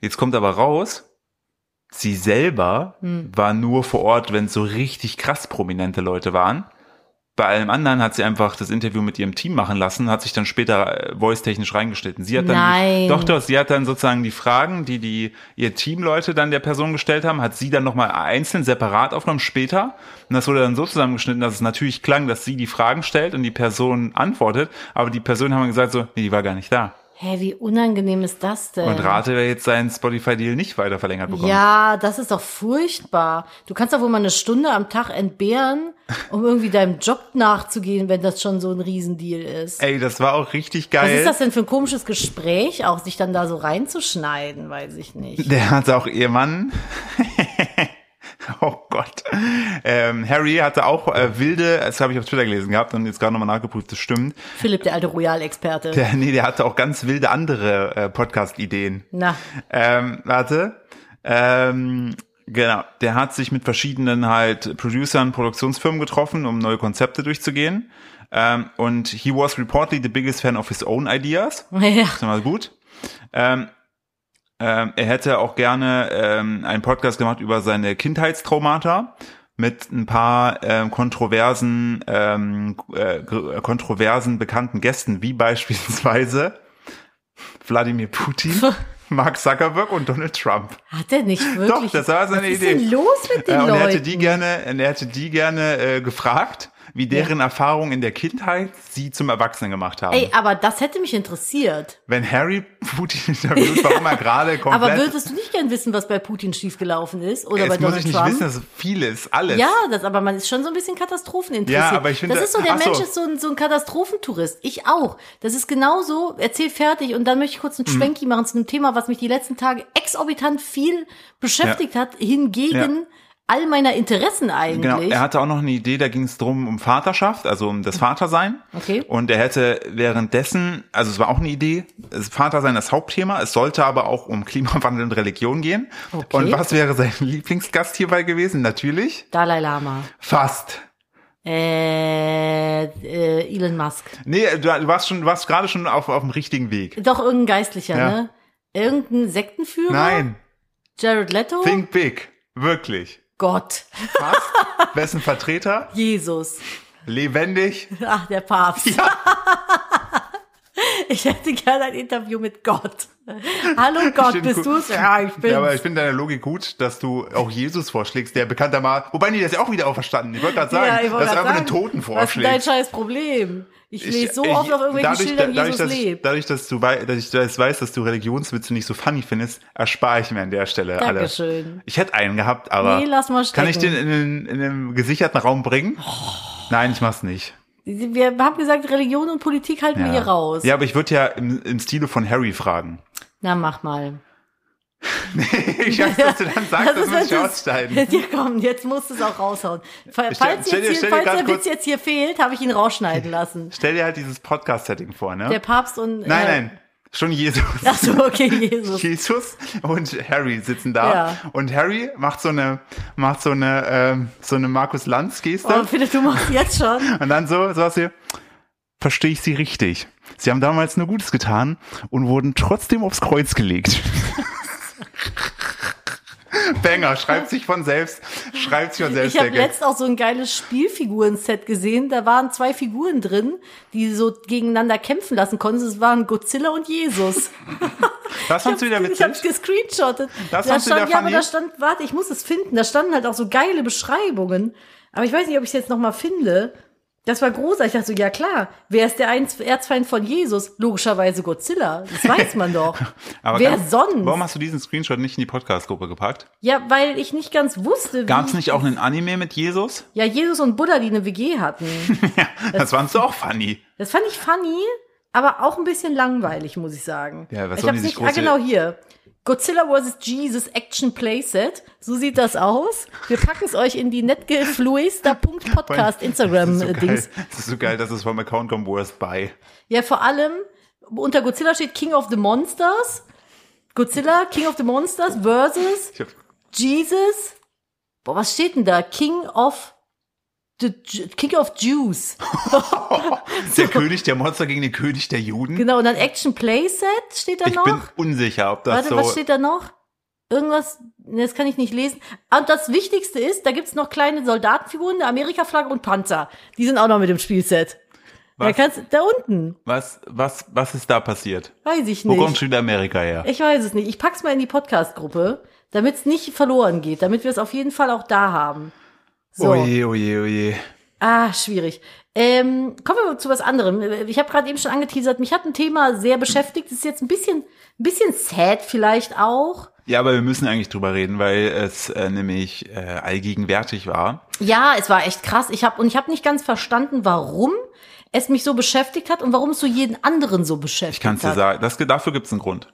Speaker 1: jetzt kommt aber raus, sie selber
Speaker 2: Hm.
Speaker 1: war nur vor Ort, wenn es so richtig krass prominente Leute waren. Bei allem anderen hat sie einfach das Interview mit ihrem Team machen lassen, hat sich dann später äh, voice-technisch reingeschnitten. Sie hat dann,
Speaker 2: Nein.
Speaker 1: doch, doch, sie hat dann sozusagen die Fragen, die die ihr Teamleute dann der Person gestellt haben, hat sie dann nochmal einzeln separat aufgenommen später. Und das wurde dann so zusammengeschnitten, dass es natürlich klang, dass sie die Fragen stellt und die Person antwortet. Aber die Person haben gesagt so, nee, die war gar nicht da.
Speaker 2: Hä, wie unangenehm ist das denn?
Speaker 1: Und rate, wer jetzt seinen Spotify-Deal nicht weiter verlängert bekommt.
Speaker 2: Ja, das ist doch furchtbar. Du kannst doch wohl mal eine Stunde am Tag entbehren, um irgendwie deinem Job nachzugehen, wenn das schon so ein Riesendeal ist.
Speaker 1: Ey, das war auch richtig
Speaker 2: Was
Speaker 1: geil.
Speaker 2: ist das denn für ein komisches Gespräch, auch sich dann da so reinzuschneiden, weiß ich nicht.
Speaker 1: Der hatte auch Ehemann. oh Gott. Ähm, Harry hatte auch äh, wilde, das habe ich auf Twitter gelesen gehabt und jetzt gerade nochmal nachgeprüft, das stimmt.
Speaker 2: Philipp, der alte Royal-Experte.
Speaker 1: Der, nee, der hatte auch ganz wilde andere äh, Podcast-Ideen.
Speaker 2: Na,
Speaker 1: Ähm, warte. Ähm, genau. Der hat sich mit verschiedenen halt Producern, Produktionsfirmen getroffen, um neue Konzepte durchzugehen. Ähm, und he was reportedly the biggest fan of his own ideas.
Speaker 2: ja.
Speaker 1: Ist mal gut. Ähm, ähm, er hätte auch gerne ähm, einen Podcast gemacht über seine Kindheitstraumata mit ein paar ähm, kontroversen, ähm, äh, gr- kontroversen bekannten Gästen, wie beispielsweise Wladimir Putin Mark Zuckerberg und Donald Trump.
Speaker 2: Hat er nicht
Speaker 1: Doch,
Speaker 2: wirklich?
Speaker 1: das war seine
Speaker 2: Was
Speaker 1: Idee.
Speaker 2: Was ist denn los mit den
Speaker 1: Äh, und er hätte
Speaker 2: Leuten?
Speaker 1: die gerne, und er hätte die gerne äh, gefragt, wie deren Erfahrungen in der Kindheit sie zum Erwachsenen gemacht haben.
Speaker 2: Ey, aber das hätte mich interessiert.
Speaker 1: Wenn Harry Putin interviewt, warum er gerade komplett.
Speaker 2: Aber würdest du nicht gern wissen, was bei Putin schiefgelaufen ist oder
Speaker 1: das
Speaker 2: bei
Speaker 1: muss
Speaker 2: Donald
Speaker 1: ich nicht
Speaker 2: Trump?
Speaker 1: wissen, das ist vieles, alles.
Speaker 2: Ja, das, aber man ist schon so ein bisschen katastropheninteressiert.
Speaker 1: Ja, aber ich finde-
Speaker 2: das ist so, der
Speaker 1: ach so.
Speaker 2: Mensch ist so ein, so ein Katastrophentourist. Ich auch. Das ist genauso, erzähl fertig und dann möchte ich kurz einen
Speaker 1: Mhm.
Speaker 2: Schwenki machen zu einem Thema, was mich die letzten Tage exorbitant viel beschäftigt hat, hingegen
Speaker 1: Ja.
Speaker 2: all meiner Interessen eigentlich.
Speaker 1: Genau, er hatte auch noch eine Idee, da ging es drum um Vaterschaft, also um das Vatersein.
Speaker 2: Mhm. Okay.
Speaker 1: Und er hätte währenddessen, also es war auch eine Idee, das Vatersein das Hauptthema, es sollte aber auch um Klimawandel und Religion gehen.
Speaker 2: Okay.
Speaker 1: Und was wäre sein Lieblingsgast hierbei gewesen? Natürlich
Speaker 2: Dalai Lama.
Speaker 1: fast.
Speaker 2: Äh, äh, Elon Musk.
Speaker 1: Nee, du du warst schon, du warst gerade schon auf, auf dem richtigen Weg.
Speaker 2: Doch irgendein Geistlicher,
Speaker 1: Ja.
Speaker 2: ne? Irgendein Sektenführer?
Speaker 1: Nein,
Speaker 2: Jared Leto?
Speaker 1: think big. Wirklich.
Speaker 2: Gott.
Speaker 1: Fast. Wessen Vertreter?
Speaker 2: Jesus.
Speaker 1: Lebendig.
Speaker 2: Ach, der Papst. Ich hätte gerne ein Interview mit Gott. Hallo Gott,
Speaker 1: Schön
Speaker 2: bist
Speaker 1: gut.
Speaker 2: du's? Ja, ich bin's.
Speaker 1: Ja, aber ich finde deine Logik gut, dass du auch Jesus vorschlägst, der bekanntermaßen, wobei nee, der ist ja auch wieder auferstanden. Ich wollte gerade sagen,
Speaker 2: Ja, ich wollte
Speaker 1: dass du
Speaker 2: grad
Speaker 1: einfach den
Speaker 2: sagen,
Speaker 1: Toten
Speaker 2: Was ist dein
Speaker 1: vorschlägst.
Speaker 2: scheiß Problem? Ich
Speaker 1: Ich-
Speaker 2: lese so
Speaker 1: ich-
Speaker 2: oft auf irgendwelchen
Speaker 1: dadurch,
Speaker 2: Schildern,
Speaker 1: dadurch,
Speaker 2: Jesus
Speaker 1: dass,
Speaker 2: lebt.
Speaker 1: Dadurch, dass du wei- dass ich das weiß, dass du Religionswitze nicht so funny findest, erspare ich mir an der Stelle
Speaker 2: Dankeschön.
Speaker 1: alle. Ich hätte einen gehabt, aber
Speaker 2: Nee, lass mal
Speaker 1: kann ich den
Speaker 2: stecken. Oh.
Speaker 1: in, den in einem gesicherten Raum bringen? Nein, ich mach's nicht.
Speaker 2: Wir haben gesagt, Religion und Politik halten wir hier raus.
Speaker 1: ja, aber ich würde ja im, im Stile von Harry fragen.
Speaker 2: Na, mach mal.
Speaker 1: ich weiß, dass du dann sagst, das, muss
Speaker 2: ist,
Speaker 1: ich aussteigen.
Speaker 2: Ja, komm, jetzt musst du es auch raushauen. Fa-
Speaker 1: Ich stell-
Speaker 2: Falls,
Speaker 1: stell dir-
Speaker 2: jetzt
Speaker 1: stell
Speaker 2: hier,
Speaker 1: dir
Speaker 2: falls
Speaker 1: grad
Speaker 2: der Witz
Speaker 1: kurz-
Speaker 2: jetzt hier fehlt, habe ich ihn rausschneiden lassen.
Speaker 1: Stell dir halt dieses Podcast-Setting vor, ne?
Speaker 2: Der Papst und...
Speaker 1: nein,
Speaker 2: äh,
Speaker 1: nein, schon Jesus.
Speaker 2: Ach so, okay, Jesus.
Speaker 1: Jesus und Harry sitzen da
Speaker 2: Ja.
Speaker 1: und Harry macht so eine macht so eine ähm, so eine Markus Lanz
Speaker 2: Oh,
Speaker 1: Geste
Speaker 2: Philipp, du machst jetzt schon.
Speaker 1: und dann so so was hier verstehe ich sie richtig. Sie haben damals nur Gutes getan und wurden trotzdem aufs Kreuz gelegt. Banger, schreibt sich von selbst, schreibt sich von selbst.
Speaker 2: Ich habe
Speaker 1: der Gag.
Speaker 2: letzt auch so ein geiles Spielfiguren-Set gesehen. Da waren zwei Figuren drin, die so gegeneinander kämpfen lassen konnten. Es waren Godzilla und Jesus.
Speaker 1: das fandst du wieder
Speaker 2: ich hab's
Speaker 1: witzig?
Speaker 2: gescreenshottet.
Speaker 1: Das
Speaker 2: da
Speaker 1: fandst du
Speaker 2: stand,
Speaker 1: wieder
Speaker 2: ja, aber
Speaker 1: funny?
Speaker 2: da stand, warte, ich muss es finden. Da standen halt auch so geile Beschreibungen. Aber ich weiß nicht, ob ich es jetzt nochmal finde. Das war großartig. Ich dachte so, ja klar, wer ist der Einz- Erzfeind von Jesus? Logischerweise Godzilla. Das weiß man doch.
Speaker 1: Aber
Speaker 2: wer
Speaker 1: ganz-
Speaker 2: sonst?
Speaker 1: Warum hast du diesen Screenshot nicht in die Podcast-Gruppe gepackt?
Speaker 2: Ja, weil ich nicht ganz wusste, wie
Speaker 1: Gab es nicht auch einen Anime mit Jesus?
Speaker 2: Ja, Jesus und Buddha, die eine WG hatten.
Speaker 1: Das fandst du auch funny.
Speaker 2: Das fand ich funny, aber auch ein bisschen langweilig, muss ich sagen.
Speaker 1: Ja, was
Speaker 2: ich
Speaker 1: sollen
Speaker 2: hab's
Speaker 1: die sich
Speaker 2: nicht, ah,
Speaker 1: große-
Speaker 2: genau hier. Godzilla vs. Jesus Action Playset. So sieht das aus. Wir packen es euch in die
Speaker 1: Das ist
Speaker 2: netgefluester.podcast
Speaker 1: so geil.
Speaker 2: Instagram-Dings.
Speaker 1: Das ist so geil, dass es vom Account kommt, worst by.
Speaker 2: ja, vor allem unter Godzilla steht King of the Monsters. Godzilla, King of the Monsters versus
Speaker 1: Ich hab,
Speaker 2: Jesus. Boah, was steht denn da? King of the Ju- King of Jews.
Speaker 1: der König der Monster gegen den König der Juden.
Speaker 2: Genau, und dann Action Playset steht da
Speaker 1: ich
Speaker 2: noch.
Speaker 1: bin unsicher, ob das
Speaker 2: Warte, was
Speaker 1: so.
Speaker 2: steht da noch? Irgendwas, ne, das kann ich nicht lesen. Ah, Und das Wichtigste ist, da gibt's noch kleine Soldatenfiguren, eine Amerika-Flagge und Panzer. Die sind auch noch mit dem Spielset. Da,
Speaker 1: Was,
Speaker 2: kannst, da unten,
Speaker 1: was, was, was ist da passiert?
Speaker 2: weiß ich
Speaker 1: Wo kommt
Speaker 2: nicht.
Speaker 1: Südamerika her?
Speaker 2: Ich weiß es nicht. Ich pack's mal in die Podcast-Gruppe, damit's nicht verloren geht, damit wir es auf jeden Fall auch da haben. So.
Speaker 1: Oje, oje, oje.
Speaker 2: Ah, schwierig. Ähm, kommen wir zu was anderem. Ich habe gerade eben schon angeteasert, mich hat ein Thema sehr beschäftigt. Das ist jetzt ein bisschen, ein bisschen sad vielleicht auch.
Speaker 1: Ja, aber wir müssen eigentlich drüber reden, weil es äh, nämlich äh, allgegenwärtig war.
Speaker 2: Ja, es war echt krass. Ich habe und ich habe nicht ganz verstanden, warum es mich so beschäftigt hat und warum es so jeden anderen so beschäftigt
Speaker 1: Ich kann es dir
Speaker 2: hat.
Speaker 1: sagen. Das, dafür gibt es einen Grund.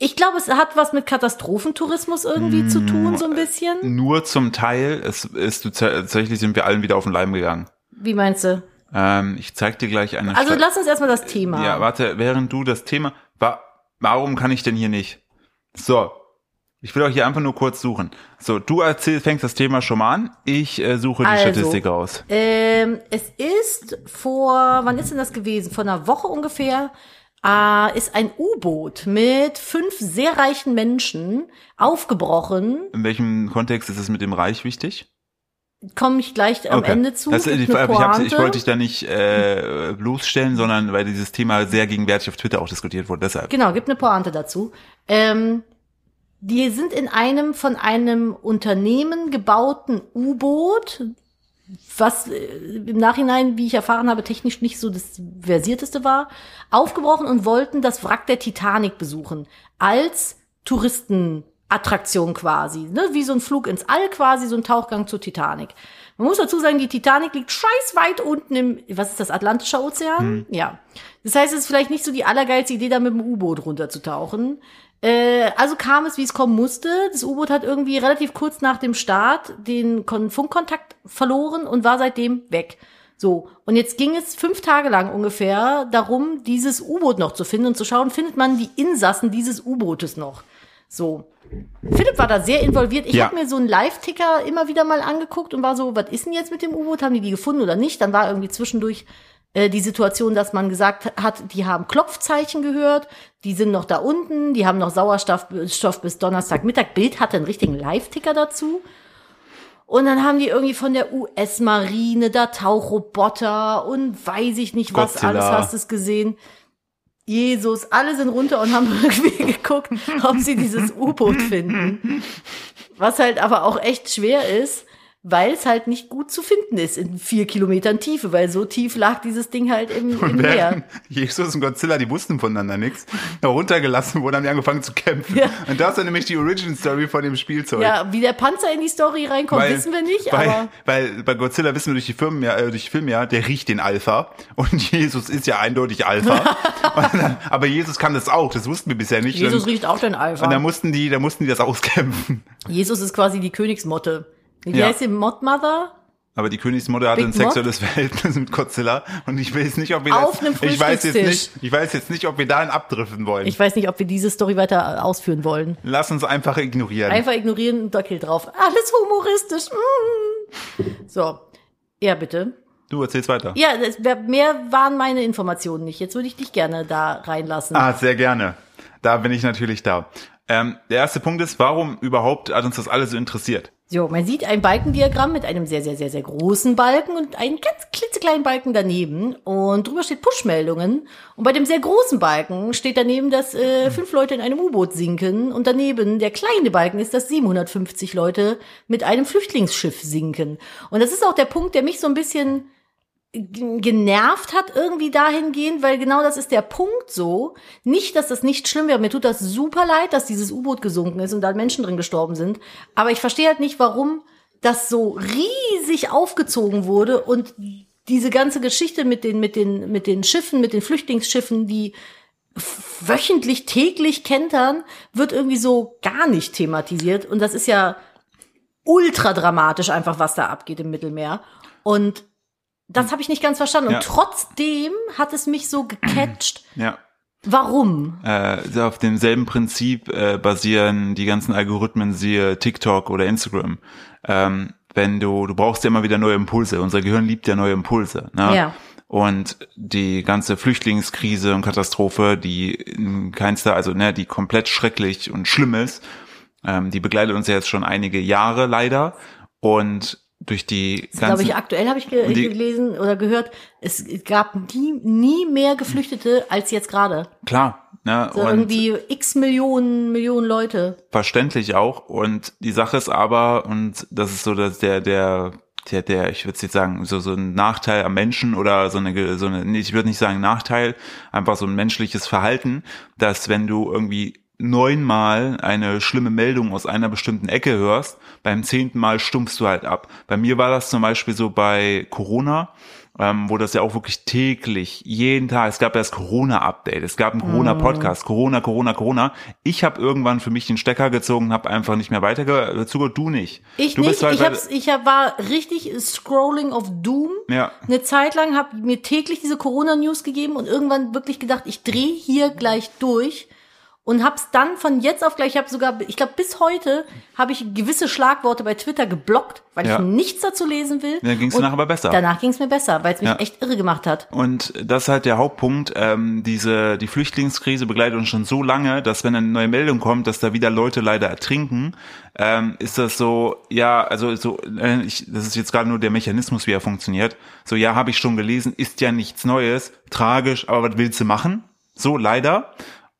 Speaker 2: Ich glaube, es hat was mit Katastrophentourismus irgendwie zu
Speaker 1: Hm,
Speaker 2: tun, so ein bisschen.
Speaker 1: Nur zum Teil, es ist tatsächlich sind wir allen wieder auf den Leim gegangen.
Speaker 2: Wie meinst du?
Speaker 1: Ähm, ich zeig dir gleich eine
Speaker 2: Also
Speaker 1: Stadt-
Speaker 2: lass uns erstmal das Thema.
Speaker 1: Ja, warte, während du das Thema. Wa warum kann ich denn hier nicht? So. Ich will euch hier einfach nur kurz suchen. So, du erzähl, fängst das Thema schon mal an. Ich äh, suche die
Speaker 2: Also.
Speaker 1: Statistik aus.
Speaker 2: Ähm, es ist vor, wann ist denn das gewesen? Vor einer Woche ungefähr äh, ist ein U-Boot mit fünf sehr reichen Menschen aufgebrochen.
Speaker 1: In welchem Kontext ist es mit dem Reich wichtig?
Speaker 2: komme ich gleich am
Speaker 1: Okay.
Speaker 2: Ende zu.
Speaker 1: Das,
Speaker 2: gibt
Speaker 1: ich, ich,
Speaker 2: eine
Speaker 1: hab's, ich
Speaker 2: Pointe.
Speaker 1: wollte dich da nicht äh, bloßstellen, sondern weil dieses Thema sehr gegenwärtig auf Twitter auch diskutiert wurde. Deshalb.
Speaker 2: Genau, gibt eine Pointe dazu. Ähm, die sind in einem von einem Unternehmen gebauten U-Boot, was äh, im Nachhinein, wie ich erfahren habe, technisch nicht so das versierteste war, aufgebrochen und wollten das Wrack der Titanic besuchen. Als Touristenattraktion quasi. Ne? Wie so ein Flug ins All quasi, so ein Tauchgang zur Titanic. Man muss dazu sagen, die Titanic liegt scheiß weit unten im, was ist das, Atlantischer Ozean? Ja. Das heißt, es ist vielleicht nicht so die allergeilste Idee, da mit dem U-Boot runterzutauchen. Äh, also kam es, wie es kommen musste. Das U-Boot hat irgendwie relativ kurz nach dem Start den Kon Funkkontakt verloren und war seitdem weg. So, und jetzt ging es fünf Tage lang ungefähr darum, dieses U-Boot noch zu finden und zu schauen, findet man die Insassen dieses U-Bootes noch. So. Philipp war da sehr involviert. Ich
Speaker 1: Ja.
Speaker 2: habe mir so einen Live-Ticker immer wieder mal angeguckt und war so, was ist denn jetzt mit dem U-Boot? Haben die die gefunden oder nicht? Dann war irgendwie zwischendurch äh, die Situation, dass man gesagt hat, die haben Klopfzeichen gehört, die sind noch da unten, die haben noch Sauerstoff Stoff bis Donnerstagmittag. Bild hatte einen richtigen Live-Ticker dazu. Und dann haben die irgendwie von der US-Marine da Tauchroboter und weiß ich nicht was
Speaker 1: Godzilla.
Speaker 2: alles hast du es gesehen. Jesus, alle sind runter und haben irgendwie geguckt, ob sie dieses U-Boot finden. Was halt aber auch echt schwer ist, weil es halt nicht gut zu finden ist in vier Kilometern Tiefe, weil so tief lag dieses Ding halt im, im
Speaker 1: Und
Speaker 2: Meer.
Speaker 1: während Jesus und Godzilla, die wussten voneinander nichts, da runtergelassen wurden, haben die angefangen zu kämpfen.
Speaker 2: Ja.
Speaker 1: Und das ist dann nämlich die Origin-Story von dem Spielzeug.
Speaker 2: Ja, wie der Panzer in die Story reinkommt, wissen wir nicht,
Speaker 1: weil,
Speaker 2: aber
Speaker 1: weil bei Godzilla wissen wir durch die Firmen ja, äh, durch die Filme ja, der riecht den Alpha und Jesus ist ja eindeutig Alpha. und dann, aber Jesus kann das auch, das wussten wir bisher nicht.
Speaker 2: Jesus
Speaker 1: und,
Speaker 2: riecht auch den Alpha.
Speaker 1: und da mussten die, da mussten die das auskämpfen.
Speaker 2: Jesus ist quasi die Königsmotte. Wie
Speaker 1: Ja.
Speaker 2: heißt die Mottmother?
Speaker 1: Aber die Königsmutter hatte
Speaker 2: Big
Speaker 1: ein sexuelles Verhältnis mit Godzilla und ich weiß nicht, ob wir das,
Speaker 2: Auf einem
Speaker 1: ich weiß jetzt
Speaker 2: Frühstückstisch.
Speaker 1: nicht, ich weiß jetzt nicht, ob wir dahin abdriften wollen.
Speaker 2: Ich weiß nicht, ob wir diese Story weiter ausführen wollen.
Speaker 1: Lass uns einfach ignorieren.
Speaker 2: Einfach ignorieren und Deckel drauf. Alles humoristisch. Mm. So. Ja, bitte.
Speaker 1: du erzählst weiter.
Speaker 2: Ja, das, wär- mehr waren meine Informationen nicht. Jetzt würde ich dich gerne da reinlassen.
Speaker 1: Ah, sehr gerne. Da bin ich natürlich da. Ähm, der erste Punkt ist, warum überhaupt hat uns das alles so interessiert?
Speaker 2: So, man sieht ein Balkendiagramm mit einem sehr, sehr, sehr, sehr großen Balken und einen ganz klitzekleinen Balken daneben. Und drüber steht Push-Meldungen. Und bei dem sehr großen Balken steht daneben, dass äh, fünf Leute in einem U-Boot sinken. Und daneben der kleine Balken ist, dass 750 Leute mit einem Flüchtlingsschiff sinken. Und das ist auch der Punkt, der mich so ein bisschen g- genervt hat irgendwie dahingehend, weil genau das ist der Punkt so. Nicht, dass das nicht schlimm wäre. Mir tut das super leid, dass dieses U-Boot gesunken ist und da Menschen drin gestorben sind. Aber ich verstehe halt nicht, warum das so riesig aufgezogen wurde und diese ganze Geschichte mit den, mit den, mit den Schiffen, mit den Flüchtlingsschiffen, die wöchentlich, täglich kentern, wird irgendwie so gar nicht thematisiert. Und das ist ja ultra dramatisch einfach, was da abgeht im Mittelmeer. Und das habe ich nicht ganz verstanden. Und
Speaker 1: Hm. Ja.
Speaker 2: trotzdem hat es mich so gecatcht.
Speaker 1: Ja.
Speaker 2: Warum?
Speaker 1: Äh, auf demselben Prinzip äh, basieren die ganzen Algorithmen, siehe TikTok oder Instagram. Ähm, wenn du, du brauchst ja immer wieder neue Impulse. Unser Gehirn liebt ja neue Impulse. Ne?
Speaker 2: Ja.
Speaker 1: Und die ganze Flüchtlingskrise und Katastrophe, die in keinster, also ne, die komplett schrecklich und schlimm ist, ähm, die begleitet uns ja jetzt schon einige Jahre leider. Und durch die
Speaker 2: Glaube
Speaker 1: ganzen
Speaker 2: ich, aktuell habe ich ge
Speaker 1: die-
Speaker 2: gelesen oder gehört, es gab nie, nie mehr Geflüchtete als jetzt gerade.
Speaker 1: Klar, ne?
Speaker 2: So
Speaker 1: und
Speaker 2: irgendwie x Millionen, Millionen Leute.
Speaker 1: verständlich auch. Und die Sache ist aber, und das ist so dass der, der, der, der, ich würde jetzt sagen, so, so ein Nachteil am Menschen oder so eine, ge- so eine, nee, ich würde nicht sagen Nachteil, einfach so ein menschliches Verhalten, dass wenn du irgendwie neunmal eine schlimme Meldung aus einer bestimmten Ecke hörst, beim zehnten Mal stumpfst du halt ab. Bei mir war das zum Beispiel so bei Corona, ähm, wo das ja auch wirklich täglich, jeden Tag, es gab ja das Corona-Update, es gab einen Corona-Podcast,
Speaker 2: Mhm.
Speaker 1: Corona, Corona, Corona. Ich habe irgendwann für mich den Stecker gezogen, habe einfach nicht mehr weitergezugehört, du nicht.
Speaker 2: Ich
Speaker 1: du halt
Speaker 2: nicht. ich,
Speaker 1: bei-
Speaker 2: hab's, ich hab, war richtig Scrolling of Doom.
Speaker 1: Ja.
Speaker 2: Eine Zeit lang habe mir täglich diese Corona-News gegeben und irgendwann wirklich gedacht, ich drehe hier gleich durch. und hab's dann von jetzt auf gleich, ich habe sogar, ich glaube bis heute habe ich gewisse Schlagworte bei Twitter geblockt, weil
Speaker 1: Ja.
Speaker 2: ich nichts dazu lesen will.
Speaker 1: Dann ging's
Speaker 2: Und
Speaker 1: danach aber besser.
Speaker 2: Danach ging's mir besser, weil es mich
Speaker 1: Ja.
Speaker 2: echt irre gemacht hat.
Speaker 1: Und das ist halt der Hauptpunkt. Ähm, diese, die Flüchtlingskrise begleitet uns schon so lange, dass wenn eine neue Meldung kommt, dass da wieder Leute leider ertrinken, ähm, ist das so, ja, also so, äh, ich, das ist jetzt gerade nur der Mechanismus, wie er funktioniert. So, ja, habe ich schon gelesen, ist ja nichts Neues, tragisch, aber was willst du machen? So, leider.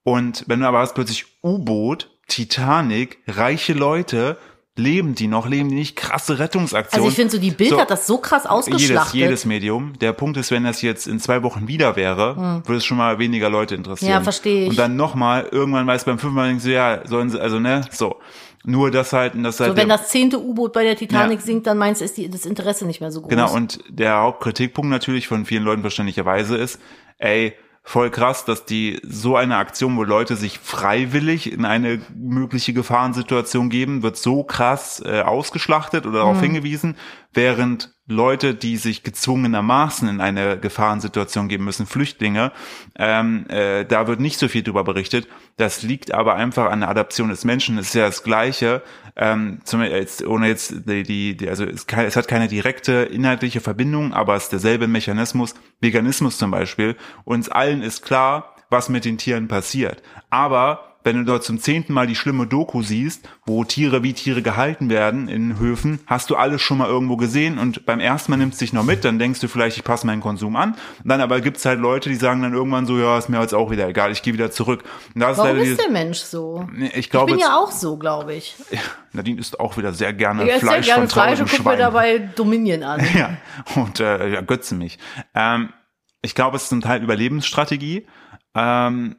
Speaker 1: Und wenn du aber hast plötzlich U-Boot, Titanic, reiche Leute, leben die noch, leben die nicht, krasse Rettungsaktionen.
Speaker 2: Also ich finde so, die Bild
Speaker 1: So.
Speaker 2: hat das so krass
Speaker 1: Jedes,
Speaker 2: ausgeschlachtet.
Speaker 1: jedes Medium. Der Punkt ist, wenn das jetzt in zwei Wochen wieder wäre, würde es schon mal weniger Leute interessieren.
Speaker 2: Hm. Ja, verstehe ich.
Speaker 1: Und dann nochmal, irgendwann weiß beim fünfmal, denkst du, ja, sollen sie, also ne, so. Nur das halt, und das halt
Speaker 2: so, wenn
Speaker 1: der,
Speaker 2: das zehnte U-Boot bei der Titanic
Speaker 1: Ja.
Speaker 2: sinkt, dann meinst du, ist die, das Interesse nicht mehr so groß.
Speaker 1: Genau, und der Hauptkritikpunkt natürlich von vielen Leuten verständlicherweise ist, ey, voll krass, dass die so eine Aktion, wo Leute sich freiwillig in eine mögliche Gefahrensituation geben, wird so krass äh, ausgeschlachtet oder darauf hingewiesen, während Leute, die sich gezwungenermaßen in eine Gefahrensituation geben müssen, Flüchtlinge, ähm, äh, da wird nicht so viel drüber berichtet. Das liegt aber einfach an der Adaption des Menschen. Das ist ja das Gleiche. Ähm, zum, jetzt, ohne jetzt die, die, die also es, kann, es hat keine direkte inhaltliche Verbindung, aber es ist derselbe Mechanismus. Veganismus zum Beispiel. Uns allen ist klar, was mit den Tieren passiert. Aber wenn du dort zum zehnten Mal die schlimme Doku siehst, wo Tiere wie Tiere gehalten werden in Höfen, hast du alles schon mal irgendwo gesehen und beim ersten Mal nimmst du dich noch mit, dann denkst du vielleicht, ich passe meinen Konsum an. Und dann aber gibt's halt Leute, die sagen dann irgendwann so, ja, ist mir jetzt auch wieder egal, ich gehe wieder zurück. Und das
Speaker 2: Warum
Speaker 1: leider
Speaker 2: ist
Speaker 1: dieses-
Speaker 2: der Mensch so?
Speaker 1: Nee, ich
Speaker 2: Ich
Speaker 1: glaube,
Speaker 2: bin ja auch so, glaube ich.
Speaker 1: Nadine isst auch wieder sehr gerne
Speaker 2: Äh, Ich esse ja
Speaker 1: Fleisch
Speaker 2: gerne
Speaker 1: von
Speaker 2: Fleisch
Speaker 1: tausend
Speaker 2: und gucke mir
Speaker 1: Schweinen.
Speaker 2: dabei Dominion an.
Speaker 1: Ja, und äh, ja, götze mich. Ähm, ich glaube, es ist zum Teil Überlebensstrategie, ähm,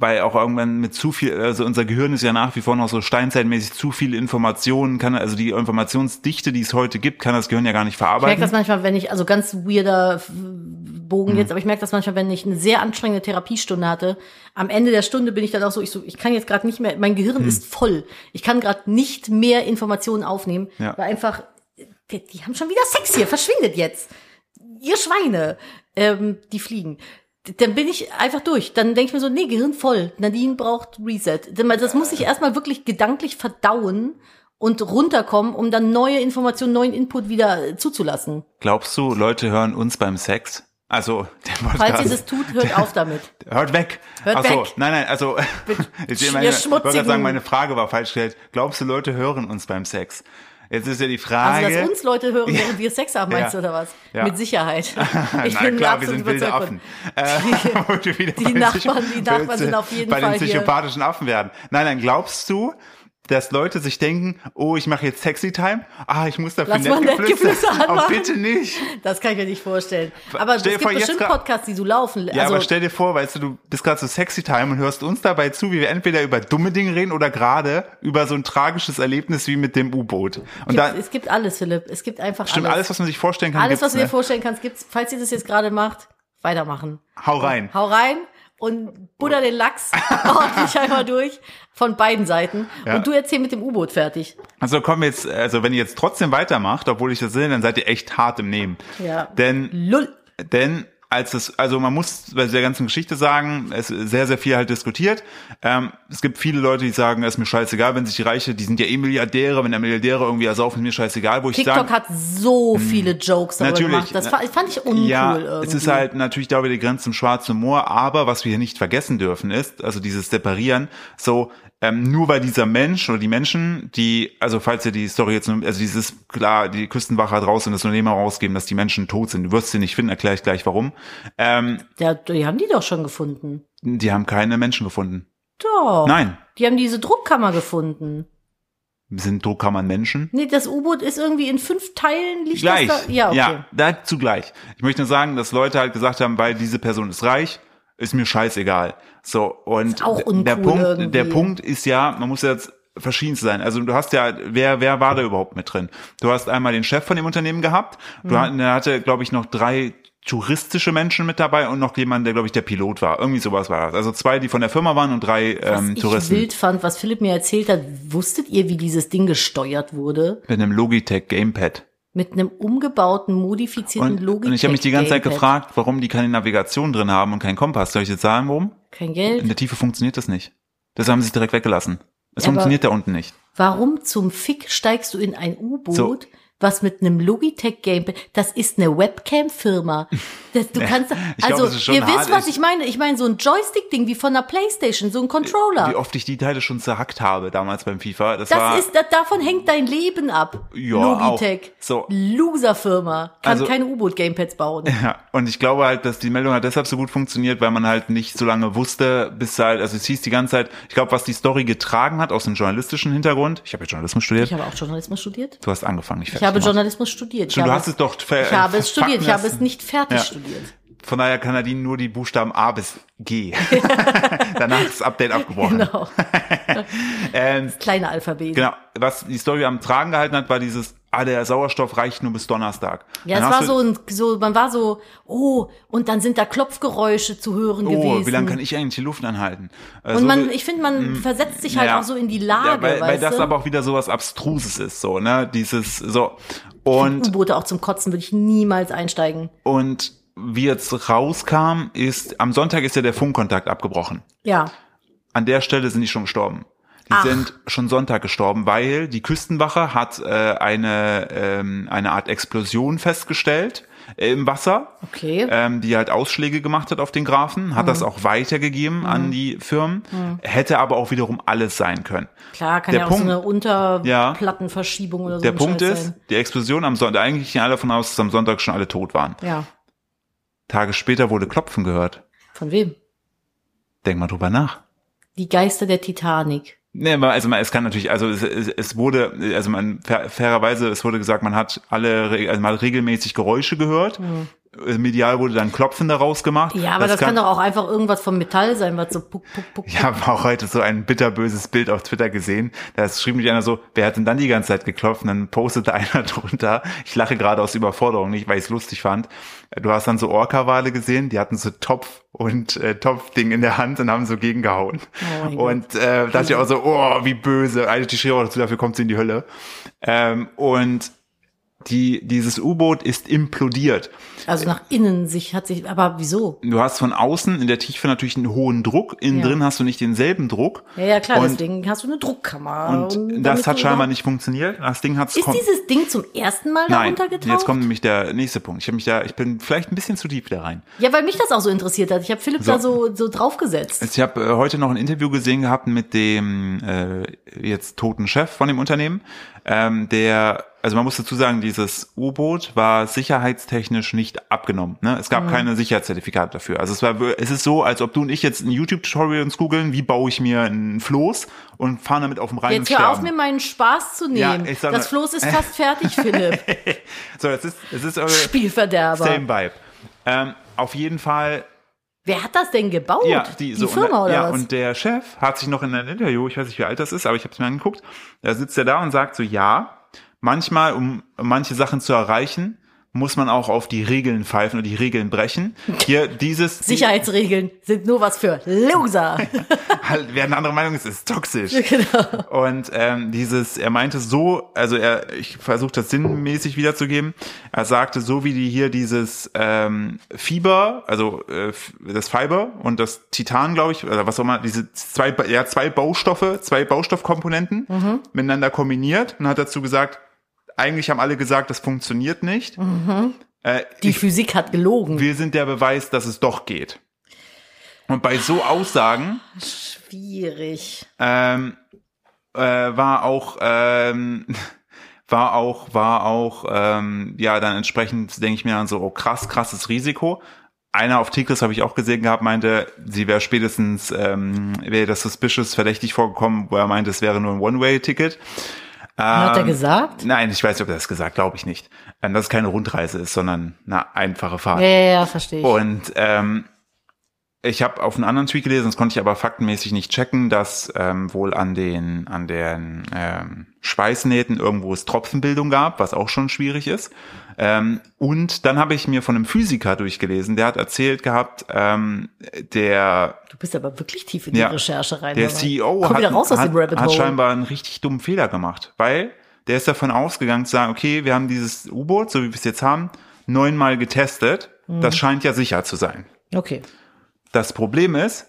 Speaker 1: weil auch irgendwann mit zu viel, also unser Gehirn ist ja nach wie vor noch so steinzeitmäßig zu viele Informationen, kann also die Informationsdichte, die es heute gibt, kann das Gehirn ja gar nicht
Speaker 2: Ich merke das
Speaker 1: verarbeiten.
Speaker 2: manchmal, wenn ich, also ganz weirder F- Bogen jetzt, aber ich merke das manchmal, wenn ich eine sehr anstrengende Therapiestunde hatte. Am Ende der Stunde bin ich dann auch so, ich so, ich kann jetzt gerade nicht mehr, mein Gehirn
Speaker 1: Hm.
Speaker 2: ist voll. Ich kann gerade nicht mehr Informationen aufnehmen,
Speaker 1: Ja.
Speaker 2: weil einfach, die, die haben schon wieder Sex hier, verschwindet jetzt. Ihr Schweine, ähm, die fliegen. D- Dann bin ich einfach durch. Dann denke ich mir so, nee, Gehirn voll. Nadine braucht Reset. Das muss ich erstmal wirklich gedanklich verdauen und runterkommen, um dann neue Informationen, neuen Input wieder äh, zuzulassen.
Speaker 1: Glaubst du, Leute hören uns beim Sex? Also, der Podcast.
Speaker 2: Falls ihr das tut, hört auf damit.
Speaker 1: Hört weg.
Speaker 2: Hört
Speaker 1: Ach so,
Speaker 2: weg.
Speaker 1: nein, nein, also ich
Speaker 2: ihr
Speaker 1: sehe meine, ich wollte
Speaker 2: schmutzigen-
Speaker 1: gerade sagen, meine Frage war falsch gestellt. Glaubst du, Leute hören uns beim Sex? Jetzt ist ja die Frage.
Speaker 2: Also, dass uns Leute hören, während wir Sex haben, meinst du,
Speaker 1: Ja.
Speaker 2: oder was?
Speaker 1: Ja.
Speaker 2: Mit Sicherheit. Ich
Speaker 1: Na
Speaker 2: bin mir
Speaker 1: klar, wir
Speaker 2: absolut
Speaker 1: sind wilde
Speaker 2: überzeugt
Speaker 1: Affen. Äh,
Speaker 2: von-
Speaker 1: Wo wir wieder
Speaker 2: Die
Speaker 1: bei den
Speaker 2: Nachbarn-
Speaker 1: Psycho-
Speaker 2: die Nachbarn
Speaker 1: bei den
Speaker 2: sind auf jeden
Speaker 1: bei
Speaker 2: Fall
Speaker 1: den
Speaker 2: hier.
Speaker 1: psychopathischen Affen werden. Nein, nein, glaubst du, dass Leute sich denken, oh, ich mache jetzt Sexy Time, ah, ich muss dafür
Speaker 2: Lass mal Nettgeflüster
Speaker 1: Oh,
Speaker 2: anmachen.
Speaker 1: bitte nicht.
Speaker 2: Das kann ich mir nicht vorstellen. Aber es
Speaker 1: Stell dir
Speaker 2: gibt
Speaker 1: vor, jetzt
Speaker 2: bestimmt
Speaker 1: gra-
Speaker 2: Podcasts, die so laufen.
Speaker 1: Ja,
Speaker 2: also,
Speaker 1: aber stell dir vor, weißt du, du bist gerade so Sexy Time und hörst uns dabei zu, wie wir entweder über dumme Dinge reden oder gerade über so ein tragisches Erlebnis wie mit dem U-Boot. Und
Speaker 2: gibt,
Speaker 1: da
Speaker 2: es gibt alles, Philipp. Es gibt einfach
Speaker 1: stimmt
Speaker 2: alles.
Speaker 1: alles, was man sich vorstellen kann,
Speaker 2: Alles,
Speaker 1: gibt's,
Speaker 2: was du dir
Speaker 1: ne?
Speaker 2: vorstellen kannst, gibt's. Falls ihr das jetzt gerade macht, weitermachen.
Speaker 1: Hau rein.
Speaker 2: Hau rein und buddha den Lachs ordentlich einmal durch von beiden Seiten.
Speaker 1: Ja.
Speaker 2: Und du erzähl mit dem U-Boot fertig.
Speaker 1: Also kommen wir jetzt, also wenn ihr jetzt trotzdem weitermacht, obwohl ich das sehe, dann seid ihr echt hart im Nehmen.
Speaker 2: Ja.
Speaker 1: Denn
Speaker 2: Lull.
Speaker 1: denn als es, also man muss bei der ganzen Geschichte sagen, es ist sehr, sehr viel halt diskutiert. Ähm, es gibt viele Leute, die sagen, es ist mir scheißegal, wenn sich die Reiche, die sind ja eh Milliardäre, wenn der Milliardäre irgendwie ersaufen, ist mir scheißegal, wo ich
Speaker 2: TikTok
Speaker 1: sage,
Speaker 2: hat so viele Jokes darüber
Speaker 1: Hm. Natürlich.
Speaker 2: gemacht. Das fa- fand ich uncool
Speaker 1: ja,
Speaker 2: irgendwie.
Speaker 1: es ist halt natürlich da wieder die Grenze zum schwarzen Humor, aber was wir hier nicht vergessen dürfen ist, also dieses Separieren, so ähm, nur weil dieser Mensch oder die Menschen, die, also falls ihr die Story jetzt, nur- also dieses, klar, die Küstenwache hat raus und das Unternehmer rausgeben, dass die Menschen tot sind, du wirst sie nicht finden, erkläre ich gleich warum, ähm,
Speaker 2: ja, die haben die doch schon gefunden.
Speaker 1: die haben keine Menschen gefunden.
Speaker 2: Doch.
Speaker 1: Nein.
Speaker 2: Die haben diese Druckkammer gefunden.
Speaker 1: Sind Druckkammern Menschen?
Speaker 2: Nee, das U-Boot ist irgendwie in fünf Teilen liegt
Speaker 1: Gleich.
Speaker 2: das da. Ja, okay.
Speaker 1: dazu gleich. Ich möchte nur sagen, dass Leute halt gesagt haben, weil diese Person ist reich, ist mir scheißegal. So, und
Speaker 2: Ist auch uncool
Speaker 1: der Punkt,
Speaker 2: irgendwie.
Speaker 1: der Punkt ist ja, man muss jetzt verschieden sein. Also du hast ja, wer, wer war da überhaupt mit drin? Du hast einmal den Chef von dem Unternehmen gehabt, du
Speaker 2: Mhm.
Speaker 1: hat- er hatte, glaube ich, noch drei touristische Menschen mit dabei und noch jemand, der, glaube ich, der Pilot war. Irgendwie sowas war das. Also zwei, die von der Firma waren und drei
Speaker 2: Was
Speaker 1: ähm,
Speaker 2: ich
Speaker 1: Touristen.
Speaker 2: wild fand, was Philipp mir erzählt hat, wusstet ihr, wie dieses Ding gesteuert wurde?
Speaker 1: Mit einem Logitech Gamepad.
Speaker 2: Mit einem umgebauten, modifizierten
Speaker 1: Und,
Speaker 2: Logitech.
Speaker 1: und ich habe mich die ganze Zeit
Speaker 2: Gamepad.
Speaker 1: gefragt, warum die keine Navigation drin haben und keinen Kompass. Soll ich jetzt sagen, warum?
Speaker 2: Kein
Speaker 1: In
Speaker 2: Geld?
Speaker 1: der Tiefe funktioniert das nicht. Das haben sie direkt weggelassen. Es
Speaker 2: Ja, aber-
Speaker 1: funktioniert da unten nicht.
Speaker 2: Warum zum Fick steigst du in ein U-Boot,
Speaker 1: So.
Speaker 2: was mit einem Logitech Game, das ist eine Webcam-Firma. Das, du kannst,
Speaker 1: ich glaub,
Speaker 2: also
Speaker 1: es ist schon
Speaker 2: ihr
Speaker 1: hart,
Speaker 2: wisst, was
Speaker 1: ich-
Speaker 2: ich meine. Ich meine so ein Joystick-Ding wie von einer Playstation, so ein Controller.
Speaker 1: Wie oft ich die Teile schon zerhackt habe damals beim FIFA. Das, war
Speaker 2: das ist, da, davon hängt dein Leben ab.
Speaker 1: Ja,
Speaker 2: Logitech.
Speaker 1: auch. So.
Speaker 2: Loser-Firma. Kann
Speaker 1: Also-
Speaker 2: keine U-Boot-Gamepads bauen.
Speaker 1: Ja, und ich glaube halt, dass die Meldung hat deshalb so gut funktioniert, weil man halt nicht so lange wusste, bis halt, also es hieß die ganze Zeit, ich glaube, was die Story getragen hat aus dem journalistischen Hintergrund, ich habe ja Journalismus studiert,
Speaker 2: Ich habe auch Journalismus studiert.
Speaker 1: du hast angefangen, nicht
Speaker 2: Ich habe
Speaker 1: fertig gemacht.
Speaker 2: Journalismus studiert. Ich
Speaker 1: Schon, du
Speaker 2: habe-
Speaker 1: hast es doch ver-
Speaker 2: Ich habe es studiert. Ich
Speaker 1: verfucken
Speaker 2: habe es
Speaker 1: lassen.
Speaker 2: nicht fertig
Speaker 1: Ja.
Speaker 2: studiert.
Speaker 1: Von daher kann Nadine nur die Buchstaben A bis G. Danach ist das Update abgebrochen.
Speaker 2: Genau.
Speaker 1: Ähm,
Speaker 2: Kleine Alphabet.
Speaker 1: genau, was die Story am Tragen gehalten hat, war dieses, ah, der Sauerstoff reicht nur bis Donnerstag.
Speaker 2: Ja,
Speaker 1: Dann
Speaker 2: es war
Speaker 1: hast du-
Speaker 2: so, ein, so, man war so, oh, und dann sind da Klopfgeräusche zu hören
Speaker 1: Oh,
Speaker 2: gewesen.
Speaker 1: wie lange kann ich eigentlich die Luft anhalten? Äh,
Speaker 2: und
Speaker 1: so
Speaker 2: man,
Speaker 1: ge-
Speaker 2: ich finde, man versetzt sich halt
Speaker 1: Ja.
Speaker 2: auch so in die
Speaker 1: Ja,
Speaker 2: Lage,
Speaker 1: weil, weil
Speaker 2: weißt
Speaker 1: das
Speaker 2: du?
Speaker 1: aber auch wieder sowas Abstruses ist, so, ne? Dieses, so. Und,
Speaker 2: U-Boote auch zum Kotzen würde ich niemals einsteigen.
Speaker 1: und wie jetzt rauskam, ist, am Sonntag ist ja der Funkkontakt abgebrochen.
Speaker 2: Ja.
Speaker 1: An der Stelle sind die schon gestorben. Die
Speaker 2: Ach.
Speaker 1: sind schon Sonntag gestorben, weil die Küstenwache hat äh, eine, ähm, eine Art Explosion festgestellt äh, im Wasser.
Speaker 2: Okay.
Speaker 1: ähm, die halt Ausschläge gemacht hat auf den Graphen, hat
Speaker 2: Mhm.
Speaker 1: das auch weitergegeben an die Firmen, hätte aber auch wiederum alles sein können.
Speaker 2: Klar, kann
Speaker 1: der
Speaker 2: ja auch
Speaker 1: Punkt-
Speaker 2: so eine
Speaker 1: Ja.
Speaker 2: Unterplattenverschiebung oder so.
Speaker 1: Der
Speaker 2: ein
Speaker 1: Punkt
Speaker 2: Scheiß
Speaker 1: ist,
Speaker 2: sein.
Speaker 1: die Explosion am Sonntag, eigentlich gingen alle davon aus, dass am Sonntag schon alle tot waren.
Speaker 2: Ja.
Speaker 1: Tage später wurde Klopfen gehört.
Speaker 2: Von wem?
Speaker 1: Denk mal drüber nach.
Speaker 2: Die Geister der Titanic.
Speaker 1: Nee, aber also man, es kann natürlich, also es, es, es wurde, also man fair- fairerweise, es wurde gesagt, man hat alle, re- also man hat regelmäßig Geräusche gehört. Äh, Medial wurde dann Klopfen daraus gemacht.
Speaker 2: Mhm. Ja, aber das, kann, doch auch einfach irgendwas vom Metall sein, was so puck, puck, puck.
Speaker 1: Ich habe auch heute so ein bitterböses Bild auf Twitter gesehen. Da schrieb mich einer so, wer hat denn dann die ganze Zeit geklopft? Und dann postete einer drunter. Ich lache gerade aus Überforderung, nicht weil ich es lustig fand. Du hast dann so Orca-Wale gesehen, die hatten so Topf und äh, Topfding in der Hand und haben so gegengehauen.
Speaker 2: Oh mein Gott.
Speaker 1: und äh, dachte ich auch so, oh, wie böse. Eigentlich die schrieb auch dazu, dafür kommt sie in die Hölle. Ähm, und die, dieses U-Boot ist implodiert.
Speaker 2: Also nach innen sich hat sich, aber wieso?
Speaker 1: Du hast von außen in der Tiefe natürlich einen hohen Druck, innen
Speaker 2: Ja.
Speaker 1: drin hast du nicht denselben Druck.
Speaker 2: Ja, ja, klar,
Speaker 1: Und-
Speaker 2: deswegen hast du eine Druckkammer.
Speaker 1: Und
Speaker 2: damit
Speaker 1: das hat
Speaker 2: du
Speaker 1: scheinbar
Speaker 2: überhaupt-
Speaker 1: nicht funktioniert. Das Ding hat's
Speaker 2: Ist
Speaker 1: kom-
Speaker 2: dieses Ding zum ersten Mal da
Speaker 1: Nein,
Speaker 2: runtergetaucht?
Speaker 1: jetzt kommt nämlich der nächste Punkt. Ich habe mich da, ich bin vielleicht ein bisschen zu tief da rein.
Speaker 2: Ja, weil mich das auch so interessiert hat. Ich habe Philipp da so, so draufgesetzt.
Speaker 1: Ich habe äh, heute noch ein Interview gesehen gehabt mit dem äh, jetzt toten Chef von dem Unternehmen, ähm, der, also man muss dazu sagen, dieses U-Boot war sicherheitstechnisch nicht abgenommen. Ne? Es gab
Speaker 2: Mhm.
Speaker 1: keine Sicherheitszertifikate dafür. Also es war, wir- es ist so, als ob du und ich jetzt ein YouTube-Tutorial uns googeln, wie baue ich mir ein Floß und fahren damit auf dem Rhein und
Speaker 2: Jetzt hör
Speaker 1: sterben.
Speaker 2: auf, mir meinen Spaß zu
Speaker 1: Ja,
Speaker 2: nehmen.
Speaker 1: ich sag
Speaker 2: das
Speaker 1: mal-
Speaker 2: Floß ist fast fertig, Philipp.
Speaker 1: so, es ist, es ist eure
Speaker 2: Spielverderber.
Speaker 1: same vibe. Ähm, auf jeden Fall
Speaker 2: Wer hat das denn gebaut? die
Speaker 1: so,
Speaker 2: Firma
Speaker 1: und,
Speaker 2: oder
Speaker 1: ja,
Speaker 2: was?
Speaker 1: und der Chef hat sich noch in einem Interview, ich weiß nicht, wie alt das ist, aber ich habe es mir angeguckt, da sitzt er da und sagt so, ja, manchmal, um manche Sachen zu erreichen, muss man auch auf die Regeln pfeifen und die Regeln brechen. Hier dieses die-
Speaker 2: Sicherheitsregeln sind nur was für Loser.
Speaker 1: halt, wer eine andere Meinung ist, ist toxisch. Und ähm, dieses, er meinte so, also er, ich versuche das sinnmäßig wiederzugeben, er sagte, so wie die hier dieses ähm, Fieber, also äh, f- das Fiber und das Titan, glaube ich, oder was auch immer, diese zwei, Ba- ja, zwei Baustoffe, zwei Baustoffkomponenten miteinander kombiniert und hat dazu gesagt, eigentlich haben alle gesagt, das funktioniert nicht. Äh,
Speaker 2: Die Physik hat gelogen.
Speaker 1: wir sind der Beweis, dass es doch geht. Und bei so Aussagen
Speaker 2: Schwierig.
Speaker 1: ähm, äh, war auch ähm, war auch war auch ähm, ja dann entsprechend denke ich mir dann so oh, krass krasses Risiko einer auf Tigris habe ich auch gesehen gehabt meinte sie wäre spätestens ähm, wäre das suspicious verdächtig vorgekommen wo er meinte es wäre nur ein One Way Ticket Ähm,
Speaker 2: hat er gesagt?
Speaker 1: nein ich weiß nicht ob er das gesagt glaube ich nicht ähm, dass es keine Rundreise ist sondern eine einfache Fahrt
Speaker 2: Ja, ja, ja, verstehe ich.
Speaker 1: und ähm, ich habe auf einen anderen Tweet gelesen, das konnte ich aber faktenmäßig nicht checken, dass ähm, wohl an den an den ähm, Schweißnähten irgendwo es Tropfenbildung gab, was auch schon schwierig ist. Ähm, und dann habe ich mir von einem Physiker durchgelesen, der hat erzählt gehabt, ähm, der
Speaker 2: du bist aber wirklich tief in die
Speaker 1: Ja.
Speaker 2: Recherche rein.
Speaker 1: der
Speaker 2: Norbert.
Speaker 1: CEO
Speaker 2: Komm
Speaker 1: hat,
Speaker 2: wieder raus aus
Speaker 1: hat,
Speaker 2: dem Rabbit
Speaker 1: hat
Speaker 2: Hole.
Speaker 1: scheinbar einen richtig dummen Fehler gemacht, weil der ist davon ausgegangen zu sagen, okay, wir haben dieses U-Boot, so wie wir es jetzt haben, neunmal
Speaker 2: Mhm.
Speaker 1: getestet. Das scheint ja sicher zu sein.
Speaker 2: okay.
Speaker 1: Das Problem ist,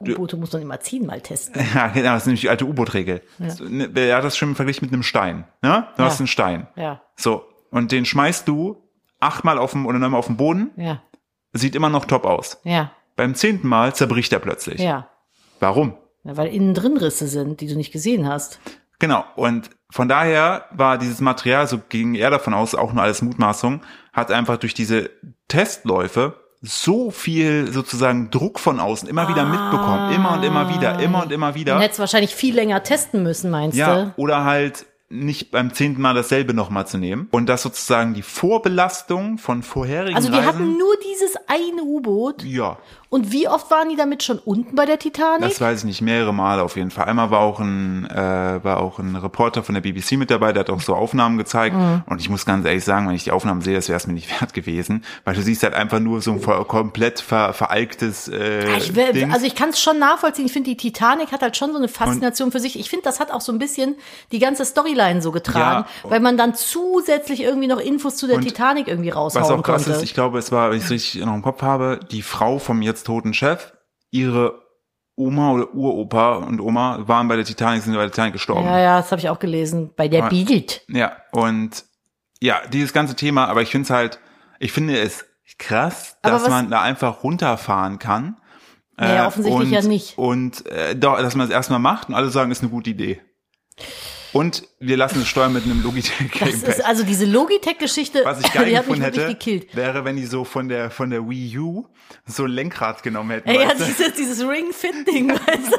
Speaker 2: U-Boote muss man immer ziehen, mal testen.
Speaker 1: Ja, genau, das ist nämlich die alte U-Boot-Regel. Ja. Er hat das schon verglichen mit einem Stein. Ne? Du
Speaker 2: Ja.
Speaker 1: hast einen Stein.
Speaker 2: Ja,
Speaker 1: So. Und den schmeißt du achtmal auf dem, oder neunmal auf den Boden.
Speaker 2: ja,
Speaker 1: Sieht immer noch top aus.
Speaker 2: ja,
Speaker 1: Beim zehnten Mal zerbricht er plötzlich.
Speaker 2: ja.
Speaker 1: Warum?
Speaker 2: Ja, Weil innen drin Risse sind, die du nicht gesehen hast.
Speaker 1: Genau. Und von daher war dieses Material, so ging er davon aus, auch nur alles Mutmaßung, hat einfach durch diese Testläufe so viel sozusagen Druck von außen immer wieder
Speaker 2: Ah.
Speaker 1: mitbekommen. Immer und immer wieder, immer und immer wieder.
Speaker 2: Dann hättest du wahrscheinlich viel länger testen müssen, meinst
Speaker 1: Ja,
Speaker 2: du?
Speaker 1: oder halt nicht beim zehnten Mal dasselbe nochmal zu nehmen. Und dass sozusagen die Vorbelastung von vorherigen
Speaker 2: Also die
Speaker 1: Reisen,
Speaker 2: hatten nur dieses eine U-Boot.
Speaker 1: ja,
Speaker 2: Und wie oft waren die damit schon unten bei der Titanic?
Speaker 1: das weiß ich nicht, mehrere Male auf jeden Fall. Einmal war auch ein, äh, war auch ein Reporter von der BBC mit dabei, der hat auch so Aufnahmen gezeigt.
Speaker 2: Mhm.
Speaker 1: Und ich muss ganz ehrlich sagen, wenn ich die Aufnahmen sehe, das wäre es mir nicht wert gewesen. Weil du siehst halt einfach nur so ein voll- komplett ver, veralktes äh,
Speaker 2: Ich will,
Speaker 1: Ding.
Speaker 2: also ich kann es schon nachvollziehen. Ich finde, die Titanic hat halt schon so eine Faszination für sich. Ich finde, das hat auch so ein bisschen die ganze Storyline so getragen,
Speaker 1: Ja.
Speaker 2: weil man dann zusätzlich irgendwie noch Infos zu der
Speaker 1: Und
Speaker 2: Titanic irgendwie raushauen
Speaker 1: Was auch krass
Speaker 2: konnte.
Speaker 1: ist, ich glaube, es war, wenn ich es richtig noch im Kopf habe, die Frau vom jetzt toten Chef, ihre Oma oder Uropa und Oma waren bei der Titanic, sind bei der Titanic gestorben.
Speaker 2: ja,
Speaker 1: Ja,
Speaker 2: ja, das habe ich auch gelesen. Bei der
Speaker 1: Ja.
Speaker 2: Beat.
Speaker 1: und ja, dieses ganze Thema, aber ich finde es halt, ich finde es krass,
Speaker 2: Aber
Speaker 1: dass
Speaker 2: was-
Speaker 1: man da einfach runterfahren kann. Äh,
Speaker 2: Naja, offensichtlich
Speaker 1: und,
Speaker 2: ja nicht.
Speaker 1: Und äh, doch, dass man es erstmal macht und alle sagen, ist eine gute Idee. Und wir lassen es steuern mit einem
Speaker 2: Das
Speaker 1: Logitech-Gamepad.
Speaker 2: ist also diese Logitech-Geschichte,
Speaker 1: Was ich geil
Speaker 2: die hat mich
Speaker 1: gefunden
Speaker 2: wirklich
Speaker 1: hätte,
Speaker 2: gekillt.
Speaker 1: wäre, wenn die so von der, von der Wii U so ein Lenkrad genommen hätten.
Speaker 2: Ey, ja,
Speaker 1: weißt du?
Speaker 2: dieses, dieses Ring-Fit-Ding, weißt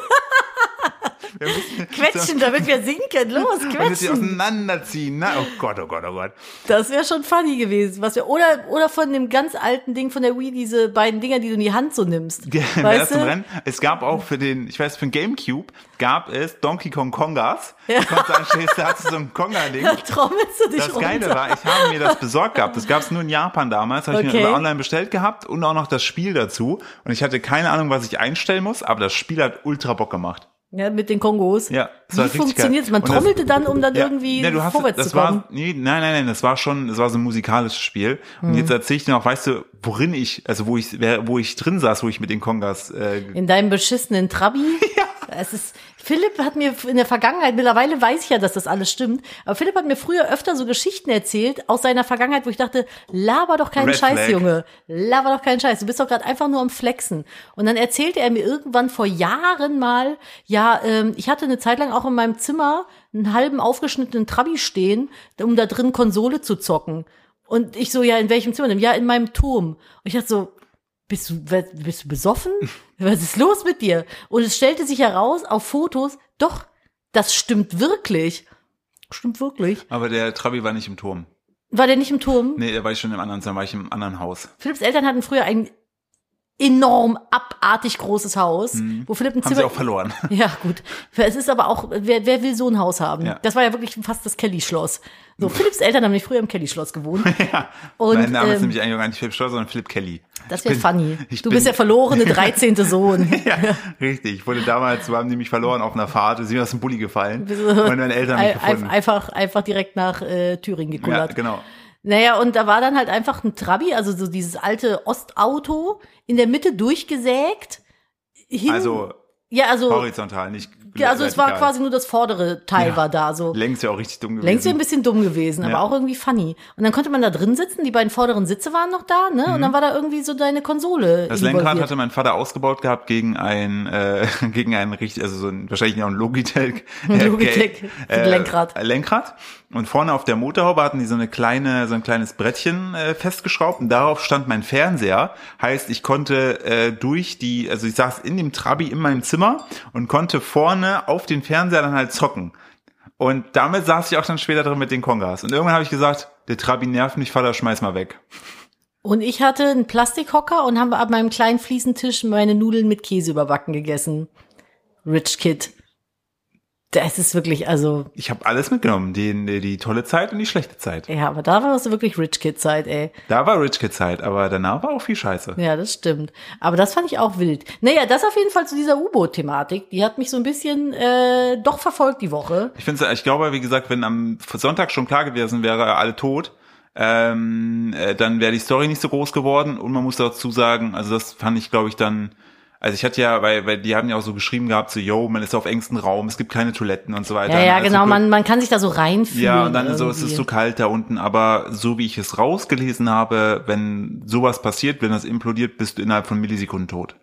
Speaker 1: Wir müssen-
Speaker 2: du? Quetschen, damit wir sinken. Los,
Speaker 1: wir müssen sie
Speaker 2: quetschen.
Speaker 1: auseinanderziehen. Na, oh Gott, oh Gott, oh Gott.
Speaker 2: Das wäre schon funny gewesen. Was wir, oder, oder von dem ganz alten Ding von der Wii, diese beiden Dinger, die du in die Hand so nimmst.
Speaker 1: Im
Speaker 2: weißt
Speaker 1: ersten
Speaker 2: du?
Speaker 1: Rennen. Es gab auch für den, ich weiß, für den Gamecube gab es Donkey Kong Kongas. Ja. Konntest du anstehst, da hattest du so ein Konga-Ding.
Speaker 2: Da trommelst du dich
Speaker 1: Das
Speaker 2: runter.
Speaker 1: Geile war, ich habe mir das besorgt gehabt. Das gab es nur in Japan damals. Habe ich mir
Speaker 2: Okay.
Speaker 1: über online bestellt gehabt und auch noch das Spiel dazu. Und ich hatte keine Ahnung, was ich einstellen muss, aber das Spiel hat ultra Bock gemacht.
Speaker 2: ja, mit den Kongos.
Speaker 1: Ja, das war
Speaker 2: Wie
Speaker 1: richtig geil.
Speaker 2: funktioniert's? Man
Speaker 1: Und das-
Speaker 2: trommelte dann, um dann irgendwie
Speaker 1: ne, du hast,
Speaker 2: vorwärts
Speaker 1: das
Speaker 2: zu kommen.
Speaker 1: War, nee, nein, nein, nein, das war schon, das war so ein musikalisches Spiel.
Speaker 2: Mhm.
Speaker 1: Und jetzt erzähle ich dir noch, weißt du, worin ich, also wo ich, wer- wo ich drin saß, wo ich mit den Kongas, äh,
Speaker 2: in deinem beschissenen Trabi. Ja. Es ist, Philipp hat mir in der Vergangenheit, mittlerweile weiß ich ja, dass das alles stimmt, aber Philipp hat mir früher öfter so Geschichten erzählt aus seiner Vergangenheit, wo ich dachte, laber doch keinen
Speaker 1: Red
Speaker 2: Scheiß,
Speaker 1: Flag.
Speaker 2: Junge. Laber doch keinen Scheiß. Du bist doch gerade einfach nur am Flexen. Und dann erzählte er mir irgendwann vor Jahren mal, ja, ähm, ich hatte eine Zeit lang auch in meinem Zimmer einen halben aufgeschnittenen Trabi stehen, um da drin Konsole zu zocken. Und ich so, ja, in welchem Zimmer? denn? Ja, in meinem Turm. Und ich dachte so, bist du, we- bist du besoffen? Was ist los mit dir? Und es stellte sich heraus auf Fotos, doch, das stimmt wirklich. Stimmt wirklich.
Speaker 1: aber der Trabi war nicht im Turm.
Speaker 2: War der nicht im Turm?
Speaker 1: Nee, der war ich schon im anderen, da war ich im anderen Haus.
Speaker 2: Philipps Eltern hatten früher ein enorm abartig großes Haus, wo Philipp ein
Speaker 1: Mhm. Haben sie
Speaker 2: Zimmer.
Speaker 1: auch verloren.
Speaker 2: Ja, gut. Es ist aber auch, wer, wer will so ein Haus haben?
Speaker 1: Ja.
Speaker 2: Das war ja wirklich fast das Kelly-Schloss. So, Philipps Eltern haben nicht früher im Kelly-Schloss gewohnt. Und,
Speaker 1: mein Name ist
Speaker 2: ähm,
Speaker 1: nämlich eigentlich auch gar nicht Philipp Stoll, sondern Philipp Kelly.
Speaker 2: Das
Speaker 1: Ich
Speaker 2: wäre
Speaker 1: bin-
Speaker 2: funny.
Speaker 1: ich
Speaker 2: Du
Speaker 1: bin-
Speaker 2: bist der verlorene 13. Sohn.
Speaker 1: Ja, richtig. Ich wurde damals, wir haben nämlich verloren auf einer Fahrt, wir sind aus dem Bulli gefallen. Und meine Eltern haben mich
Speaker 2: Ei-
Speaker 1: gefunden.
Speaker 2: ei- Einfach, einfach direkt nach äh, Thüringen
Speaker 1: ja,
Speaker 2: gekullert.
Speaker 1: genau.
Speaker 2: Naja, und da war dann halt einfach ein Trabi, also so dieses alte Ostauto, in der Mitte durchgesägt. Hin,
Speaker 1: Also
Speaker 2: ja, also,
Speaker 1: horizontal, nicht
Speaker 2: ja, also es war
Speaker 1: vertikal.
Speaker 2: quasi nur das vordere Teil war da, so.
Speaker 1: Längs wäre auch richtig dumm gewesen.
Speaker 2: Längst wäre ein bisschen dumm gewesen, aber
Speaker 1: Ja.
Speaker 2: auch irgendwie funny. Und dann konnte man da drin sitzen, die beiden vorderen Sitze waren noch da, ne? Und dann war da irgendwie so deine Konsole.
Speaker 1: Mhm. Das Lenkrad
Speaker 2: involviert.
Speaker 1: hatte mein Vater ausgebaut gehabt gegen ein äh, gegen ein richtig also so ein wahrscheinlich auch ein Logitech äh,
Speaker 2: Logitech,
Speaker 1: äh,
Speaker 2: Lenkrad.
Speaker 1: äh, Lenkrad und vorne auf der Motorhaube hatten die so eine kleine so ein kleines Brettchen äh, festgeschraubt und darauf stand mein Fernseher heißt ich konnte äh, durch die also ich saß in dem Trabi in meinem Zimmer und konnte vorne auf den Fernseher dann halt zocken und damit saß ich auch dann später drin mit den Kongas und irgendwann habe ich gesagt der Trabi nervt mich Vater schmeiß mal weg
Speaker 2: Und ich hatte einen Plastikhocker und habe ab meinem kleinen Fliesentisch meine Nudeln mit Käse überbacken gegessen. Rich Kid. Das ist wirklich, also,
Speaker 1: ich habe alles mitgenommen die, die die tolle Zeit und die schlechte Zeit
Speaker 2: ja, aber da warst du wirklich Rich Kid-Zeit, ey.
Speaker 1: Da war Rich Kid Zeit, aber danach war auch viel Scheiße.
Speaker 2: Ja, das stimmt. Aber das fand ich auch wild. Naja, das auf jeden Fall zu dieser U-Boot-Thematik. Die hat mich so ein bisschen äh, doch verfolgt die Woche.
Speaker 1: Ich finde, ich glaube, wie gesagt, wenn am Sonntag schon klar gewesen wäre, alle tot, ähm, äh, dann wäre die Story nicht so groß geworden und man muss dazu sagen, also das fand ich, glaube ich, dann Also ich hatte ja, weil, weil die haben ja auch so geschrieben gehabt, so, yo, man ist auf engstem Raum, es gibt keine Toiletten und so weiter.
Speaker 2: Ja, ja,
Speaker 1: Also
Speaker 2: genau,
Speaker 1: gut.
Speaker 2: man, man kann sich da so reinfühlen.
Speaker 1: Ja, und dann so, es
Speaker 2: irgendwie.
Speaker 1: ist so kalt da unten, aber so wie ich es rausgelesen habe, wenn sowas passiert, wenn das implodiert, bist du innerhalb von Millisekunden tot.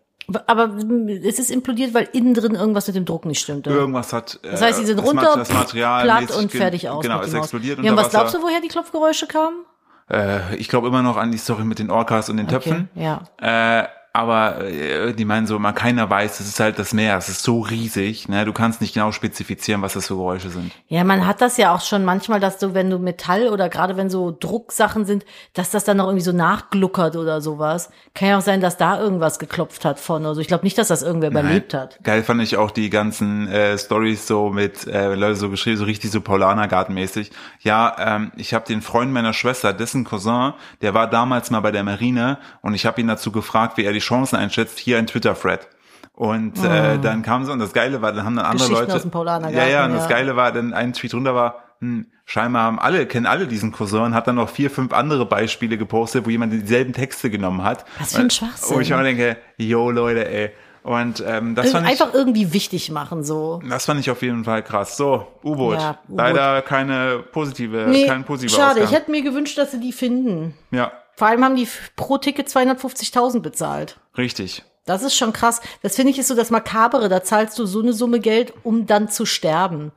Speaker 2: Aber mm, es ist implodiert, weil innen drin irgendwas mit dem Druck nicht stimmte.
Speaker 1: Irgendwas hat. äh,
Speaker 2: das heißt, die sind runter,
Speaker 1: das Material
Speaker 2: platt
Speaker 1: mäßig
Speaker 2: und
Speaker 1: ge-
Speaker 2: fertig aus.
Speaker 1: Genau,
Speaker 2: mit
Speaker 1: es
Speaker 2: dem Haus.
Speaker 1: explodiert
Speaker 2: ja, und
Speaker 1: unter
Speaker 2: was glaubst
Speaker 1: Wasser.
Speaker 2: du, woher die Klopfgeräusche kamen?
Speaker 1: Äh, ich glaube immer noch an die Story mit den Orcas und den Töpfen.
Speaker 2: Okay, ja.
Speaker 1: Äh, aber äh, die meinen so, man keiner weiß, es ist halt das Meer, es ist so riesig, ne? Du kannst nicht genau spezifizieren, was das für Geräusche sind.
Speaker 2: Ja, man hat das ja auch schon manchmal, dass du, wenn du Metall oder gerade wenn so Drucksachen sind, dass das dann noch irgendwie so nachgluckert oder sowas. Kann ja auch sein, dass da irgendwas geklopft hat von oder so. Ich glaube nicht, dass das irgendwer überlebt hat.
Speaker 1: Geil fand ich auch die ganzen äh, Stories so mit äh, Leute so geschrieben, so richtig so Paulanergartenmäßig. Ja, ähm, ich habe den Freund meiner Schwester, dessen Cousin, der war damals mal bei der Marine und ich habe ihn dazu gefragt, wie er die Chancen einschätzt. Hier ein Twitter-Thread. Und äh, dann kam so und das Geile war, dann haben dann andere
Speaker 2: Ah. Geschichten
Speaker 1: Leute.
Speaker 2: aus dem Paulanergarten,
Speaker 1: ja, ja, und das
Speaker 2: ja.
Speaker 1: Geile war, dann ein Tweet runter war. Hm, scheinbar haben alle, kennen alle diesen Cousin, hat dann noch vier, fünf andere Beispiele gepostet, wo jemand dieselben Texte genommen hat. Äh,
Speaker 2: Was für ein Schwachsinn.
Speaker 1: Wo ich auch denke, yo Leute, ey. Und ähm, das fand ich,
Speaker 2: Also Einfach irgendwie wichtig machen, so.
Speaker 1: das fand ich auf jeden Fall krass. So, U-Boot.
Speaker 2: Ja, U-Boot.
Speaker 1: Leider keine positive, Also kein positiver
Speaker 2: schade. Ich
Speaker 1: Ausgang.
Speaker 2: hätte mir gewünscht, dass sie die finden.
Speaker 1: ja,
Speaker 2: Vor allem haben die f- pro Ticket 250.000 bezahlt.
Speaker 1: richtig.
Speaker 2: Das ist schon krass. Das finde ich ist so das Makabere. Da zahlst du so eine Summe Geld, um dann zu sterben.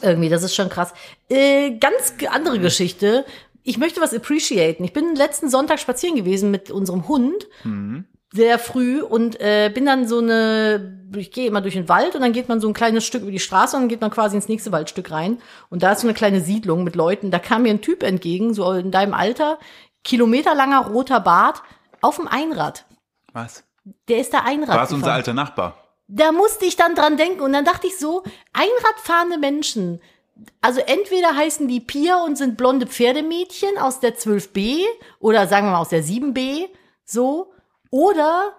Speaker 2: Irgendwie, das ist schon krass. Äh, ganz ge- andere Geschichte. Ich möchte was appreciaten. Ich bin letzten Sonntag spazieren gewesen mit unserem Hund. Sehr früh und äh, bin dann so eine, ich gehe immer durch den Wald und dann geht man so ein kleines Stück über die Straße und dann geht man quasi ins nächste Waldstück rein. Und da ist so eine kleine Siedlung mit Leuten. Da kam mir ein Typ entgegen, so in deinem Alter, kilometerlanger roter Bart, auf dem Einrad.
Speaker 1: Was?
Speaker 2: Der ist da Einrad
Speaker 1: War es unser
Speaker 2: gefahren.
Speaker 1: alter Nachbar?
Speaker 2: Da musste ich dann dran denken und dann dachte ich so, Einradfahrende Menschen. Also entweder heißen die Pia und sind blonde Pferdemädchen aus der 12b oder sagen wir mal aus der 7b, so. Oder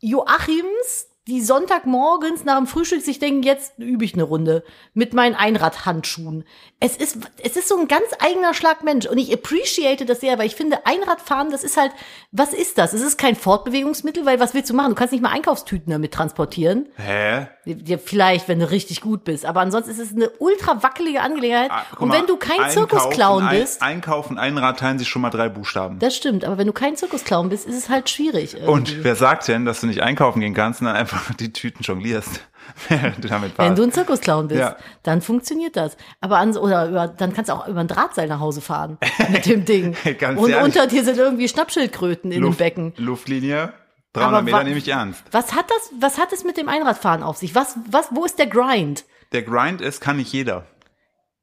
Speaker 2: Joachims, die Sonntagmorgens nach dem Frühstück sich denken, jetzt übe ich eine Runde mit meinen Einradhandschuhen. Es ist, es ist so ein ganz eigener Schlag Mensch und ich appreciate das sehr, weil ich finde, Einradfahren, das ist halt, was ist das? Es ist kein Fortbewegungsmittel, weil was willst du machen? Du kannst nicht mal Einkaufstüten damit transportieren.
Speaker 1: Hä?
Speaker 2: Ja, Vielleicht, wenn du richtig gut bist, aber ansonsten ist es eine ultra wackelige Angelegenheit.
Speaker 1: Ah, guck
Speaker 2: und
Speaker 1: mal,
Speaker 2: wenn du kein
Speaker 1: einkaufen,
Speaker 2: Zirkusclown
Speaker 1: ein-
Speaker 2: bist,
Speaker 1: Einkaufen, Einrad teilen sich schon mal drei Buchstaben.
Speaker 2: das stimmt, aber wenn du kein Zirkusclown bist, ist es halt schwierig. irgendwie.
Speaker 1: Und wer sagt denn, dass du nicht einkaufen gehen kannst und dann einfach die Tüten jonglierst? während du damit
Speaker 2: Wenn
Speaker 1: fahrst.
Speaker 2: du ein Zirkusclown bist,
Speaker 1: Ja.
Speaker 2: dann funktioniert das. Aber ans oder über, dann kannst du auch über ein Drahtseil nach Hause fahren mit dem Ding.
Speaker 1: Ganz
Speaker 2: Und
Speaker 1: ehrlich.
Speaker 2: unter dir sind irgendwie Schnappschildkröten in
Speaker 1: Luft,
Speaker 2: dem Becken.
Speaker 1: Luftlinie,
Speaker 2: Aber
Speaker 1: 300 Meter
Speaker 2: wa-
Speaker 1: nehme ich ernst.
Speaker 2: Was hat das, was hat es mit dem Einradfahren auf sich? Was, was, wo ist der Grind?
Speaker 1: Der Grind ist, kann nicht jeder.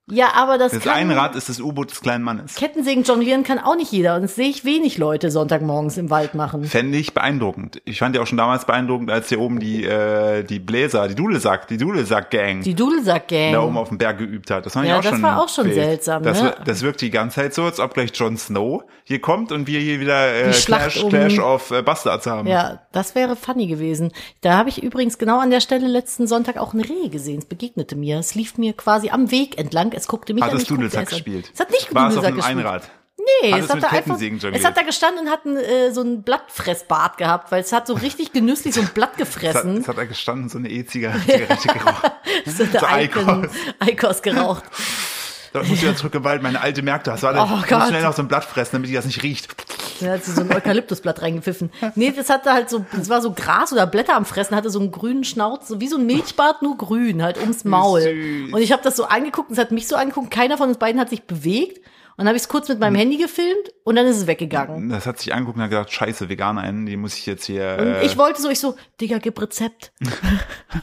Speaker 2: Ja, aber das,
Speaker 1: Das
Speaker 2: kann,
Speaker 1: Einrad ist das U-Boot des kleinen Mannes.
Speaker 2: Kettensägen jonglieren kann auch nicht jeder. Und das sehe ich wenig Leute Sonntagmorgens im Wald machen.
Speaker 1: Fände ich beeindruckend. Ich fand ja auch schon damals beeindruckend, als hier oben die, äh, die Bläser, die Dudelsack, die Dudelsack-Gang
Speaker 2: Die Dudelsack-Gang.
Speaker 1: da oben auf dem Berg geübt hat. Das fand
Speaker 2: Ja,
Speaker 1: ich auch
Speaker 2: das
Speaker 1: schon
Speaker 2: war auch schon
Speaker 1: wild.
Speaker 2: seltsam,
Speaker 1: Das,
Speaker 2: ne?
Speaker 1: wir- das wirkt die ganze Zeit so, als ob gleich Jon Snow hier kommt und wir hier wieder äh,
Speaker 2: Die Schlacht
Speaker 1: Clash,
Speaker 2: um-
Speaker 1: Clash of äh, Bastards haben.
Speaker 2: Ja, das wäre funny gewesen. Da habe ich übrigens genau an der Stelle letzten Sonntag auch ein Reh gesehen. Es begegnete mir. Es lief mir quasi am Weg entlang. Es guckte mich
Speaker 1: Hat
Speaker 2: an.
Speaker 1: das
Speaker 2: ich guckte
Speaker 1: Dudelsack
Speaker 2: es an.
Speaker 1: gespielt?
Speaker 2: Es hat nicht
Speaker 1: War es auf
Speaker 2: Dudelsack
Speaker 1: einem
Speaker 2: gespielt.
Speaker 1: Einrad?
Speaker 2: Nee,
Speaker 1: Hat
Speaker 2: es,
Speaker 1: es
Speaker 2: hat
Speaker 1: mit
Speaker 2: da einfach,
Speaker 1: Kettensägen jongliert?
Speaker 2: es hat da gestanden und hat ein, äh, so ein Blattfressbart gehabt, weil es hat so richtig genüsslich so ein Blatt
Speaker 1: Es hat,
Speaker 2: gefressen.
Speaker 1: es hat da gestanden, so eine E-Zigarette geraucht.
Speaker 2: Es hat
Speaker 1: so
Speaker 2: da Eikon,
Speaker 1: Eikos.
Speaker 2: Eikos geraucht.
Speaker 1: Da muss ich wieder zurück in den Wald, meine alte merkt das. Warte,
Speaker 2: Oh
Speaker 1: ich muss
Speaker 2: Gott.
Speaker 1: schnell noch so ein Blatt fressen, damit die das nicht riecht.
Speaker 2: Dann hat sie so ein Eukalyptusblatt reingepfiffen. Nee, das hatte halt so, es war so Gras oder Blätter am Fressen, hatte so einen grünen Schnauz, so wie so ein Milchbart, nur grün, halt ums Maul.
Speaker 1: süß.
Speaker 2: Und ich habe das so angeguckt, es hat mich so angeguckt, keiner von uns beiden hat sich bewegt. Und dann habe ich es kurz mit meinem Handy gefilmt und dann ist es weggegangen.
Speaker 1: Das hat sich angeguckt und hat gesagt, scheiße, Veganer einen, die muss ich jetzt hier...
Speaker 2: Und
Speaker 1: äh,
Speaker 2: ich wollte so, ich so, Digga, gib Rezept.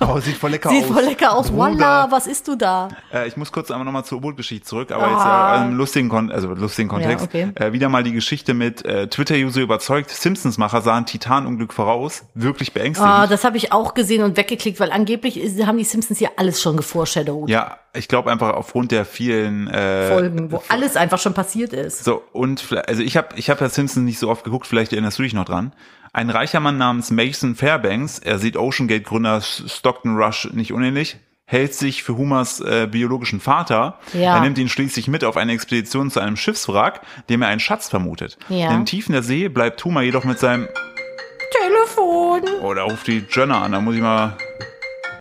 Speaker 1: Oh, sieht voll lecker
Speaker 2: Sieht
Speaker 1: aus.
Speaker 2: voll lecker aus.
Speaker 1: Bruder.
Speaker 2: Voila, was isst du da?
Speaker 1: Äh, ich muss kurz einmal nochmal zur U-Boot-Geschichte zurück, aber
Speaker 2: Ah.
Speaker 1: jetzt äh, einem lustigen, Kon also lustigen Kontext.
Speaker 2: Ja, okay.
Speaker 1: äh, wieder mal die Geschichte mit äh, Twitter-User überzeugt, Simpsons-Macher sahen Titanunglück voraus. Wirklich beängstigend.
Speaker 2: Ah, das habe ich auch gesehen und weggeklickt, weil angeblich ist, haben die Simpsons ja alles schon geforeshadowed.
Speaker 1: ja, ich glaube einfach aufgrund der vielen äh,
Speaker 2: Folgen, wo alles einfach schon passiert ist.
Speaker 1: So, und vielleicht- also ich habe ich hab ja Simpsons nicht so oft geguckt, vielleicht erinnerst du dich noch dran. Ein reicher Mann namens Mason Fairbanks, er sieht Ocean Gate Gründer Stockton Rush nicht unähnlich, hält sich für Homers äh, biologischen Vater.
Speaker 2: Ja.
Speaker 1: Er nimmt ihn schließlich mit auf eine Expedition zu einem Schiffswrack, dem er einen Schatz vermutet.
Speaker 2: Ja.
Speaker 1: In den Tiefen der See bleibt Homer jedoch mit seinem
Speaker 2: Telefon.
Speaker 1: Oh, da ruft die Jenna an, da muss ich mal.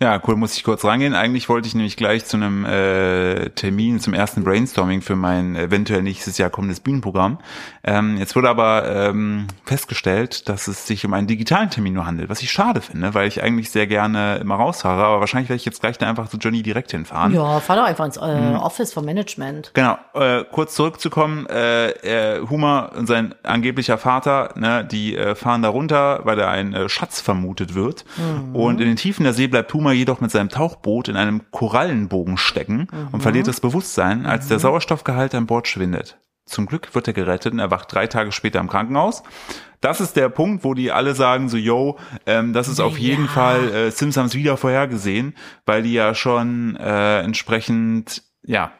Speaker 1: Ja, cool, muss ich kurz rangehen. Eigentlich wollte ich nämlich gleich zu einem äh, Termin, zum ersten Brainstorming für mein eventuell nächstes Jahr kommendes Bühnenprogramm. Ähm, jetzt wurde aber ähm, festgestellt, dass es sich um einen digitalen Termin nur handelt, was ich schade finde, weil ich eigentlich sehr gerne immer rausfahre, aber wahrscheinlich werde ich jetzt gleich dann einfach zu Johnny direkt hinfahren.
Speaker 2: Ja, fahr doch einfach ins äh,
Speaker 1: Hm.
Speaker 2: Office vom Management.
Speaker 1: Genau, äh, kurz zurückzukommen, äh, äh, Hummer und sein angeblicher Vater, ne, die äh, fahren da runter, weil da ein äh, Schatz vermutet wird. Und in den Tiefen der See bleibt Hummer jedoch mit seinem Tauchboot in einem Korallenbogen stecken und verliert das Bewusstsein, als der Sauerstoffgehalt an Bord schwindet. Zum Glück wird er gerettet und erwacht drei Tage später im Krankenhaus. Das ist der Punkt, wo die alle sagen so, yo, ähm, das ist auf jeden
Speaker 2: Ja.
Speaker 1: Fall äh, Simpsons wieder vorhergesehen, weil die ja schon äh, entsprechend, ja,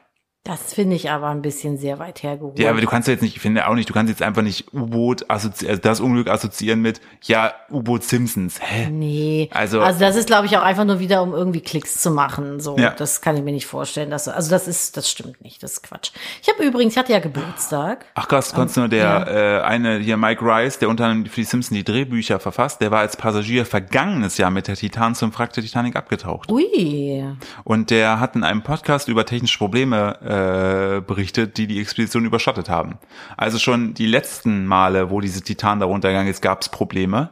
Speaker 2: Das finde ich aber ein bisschen sehr weit hergeholt.
Speaker 1: ja, aber du kannst ja jetzt nicht, ich finde auch nicht, du kannst jetzt einfach nicht U-Boot assoziieren, also das Unglück assoziieren mit, ja, U-Boot Simpsons. Hä?
Speaker 2: Nee,
Speaker 1: Also-
Speaker 2: also, also das ist, glaube ich, auch einfach nur wieder, um irgendwie Klicks zu machen. So,
Speaker 1: Ja.
Speaker 2: das kann ich mir nicht vorstellen. Dass, also das ist, das stimmt nicht, das ist Quatsch. Ich habe übrigens, ich hatte ja Geburtstag.
Speaker 1: Ach krass, konntest nur der äh, eine hier Mike Rice, der unter anderem für die Simpsons die Drehbücher verfasst, der war als Passagier vergangenes Jahr mit der Titan zum Wrack der Titanic abgetaucht.
Speaker 2: Ui,
Speaker 1: Und der hat in einem Podcast über technische Probleme äh, berichtet, die die Expedition überschattet haben. Also schon die letzten Male, wo diese Titan da runtergegangen ist, gab es Probleme.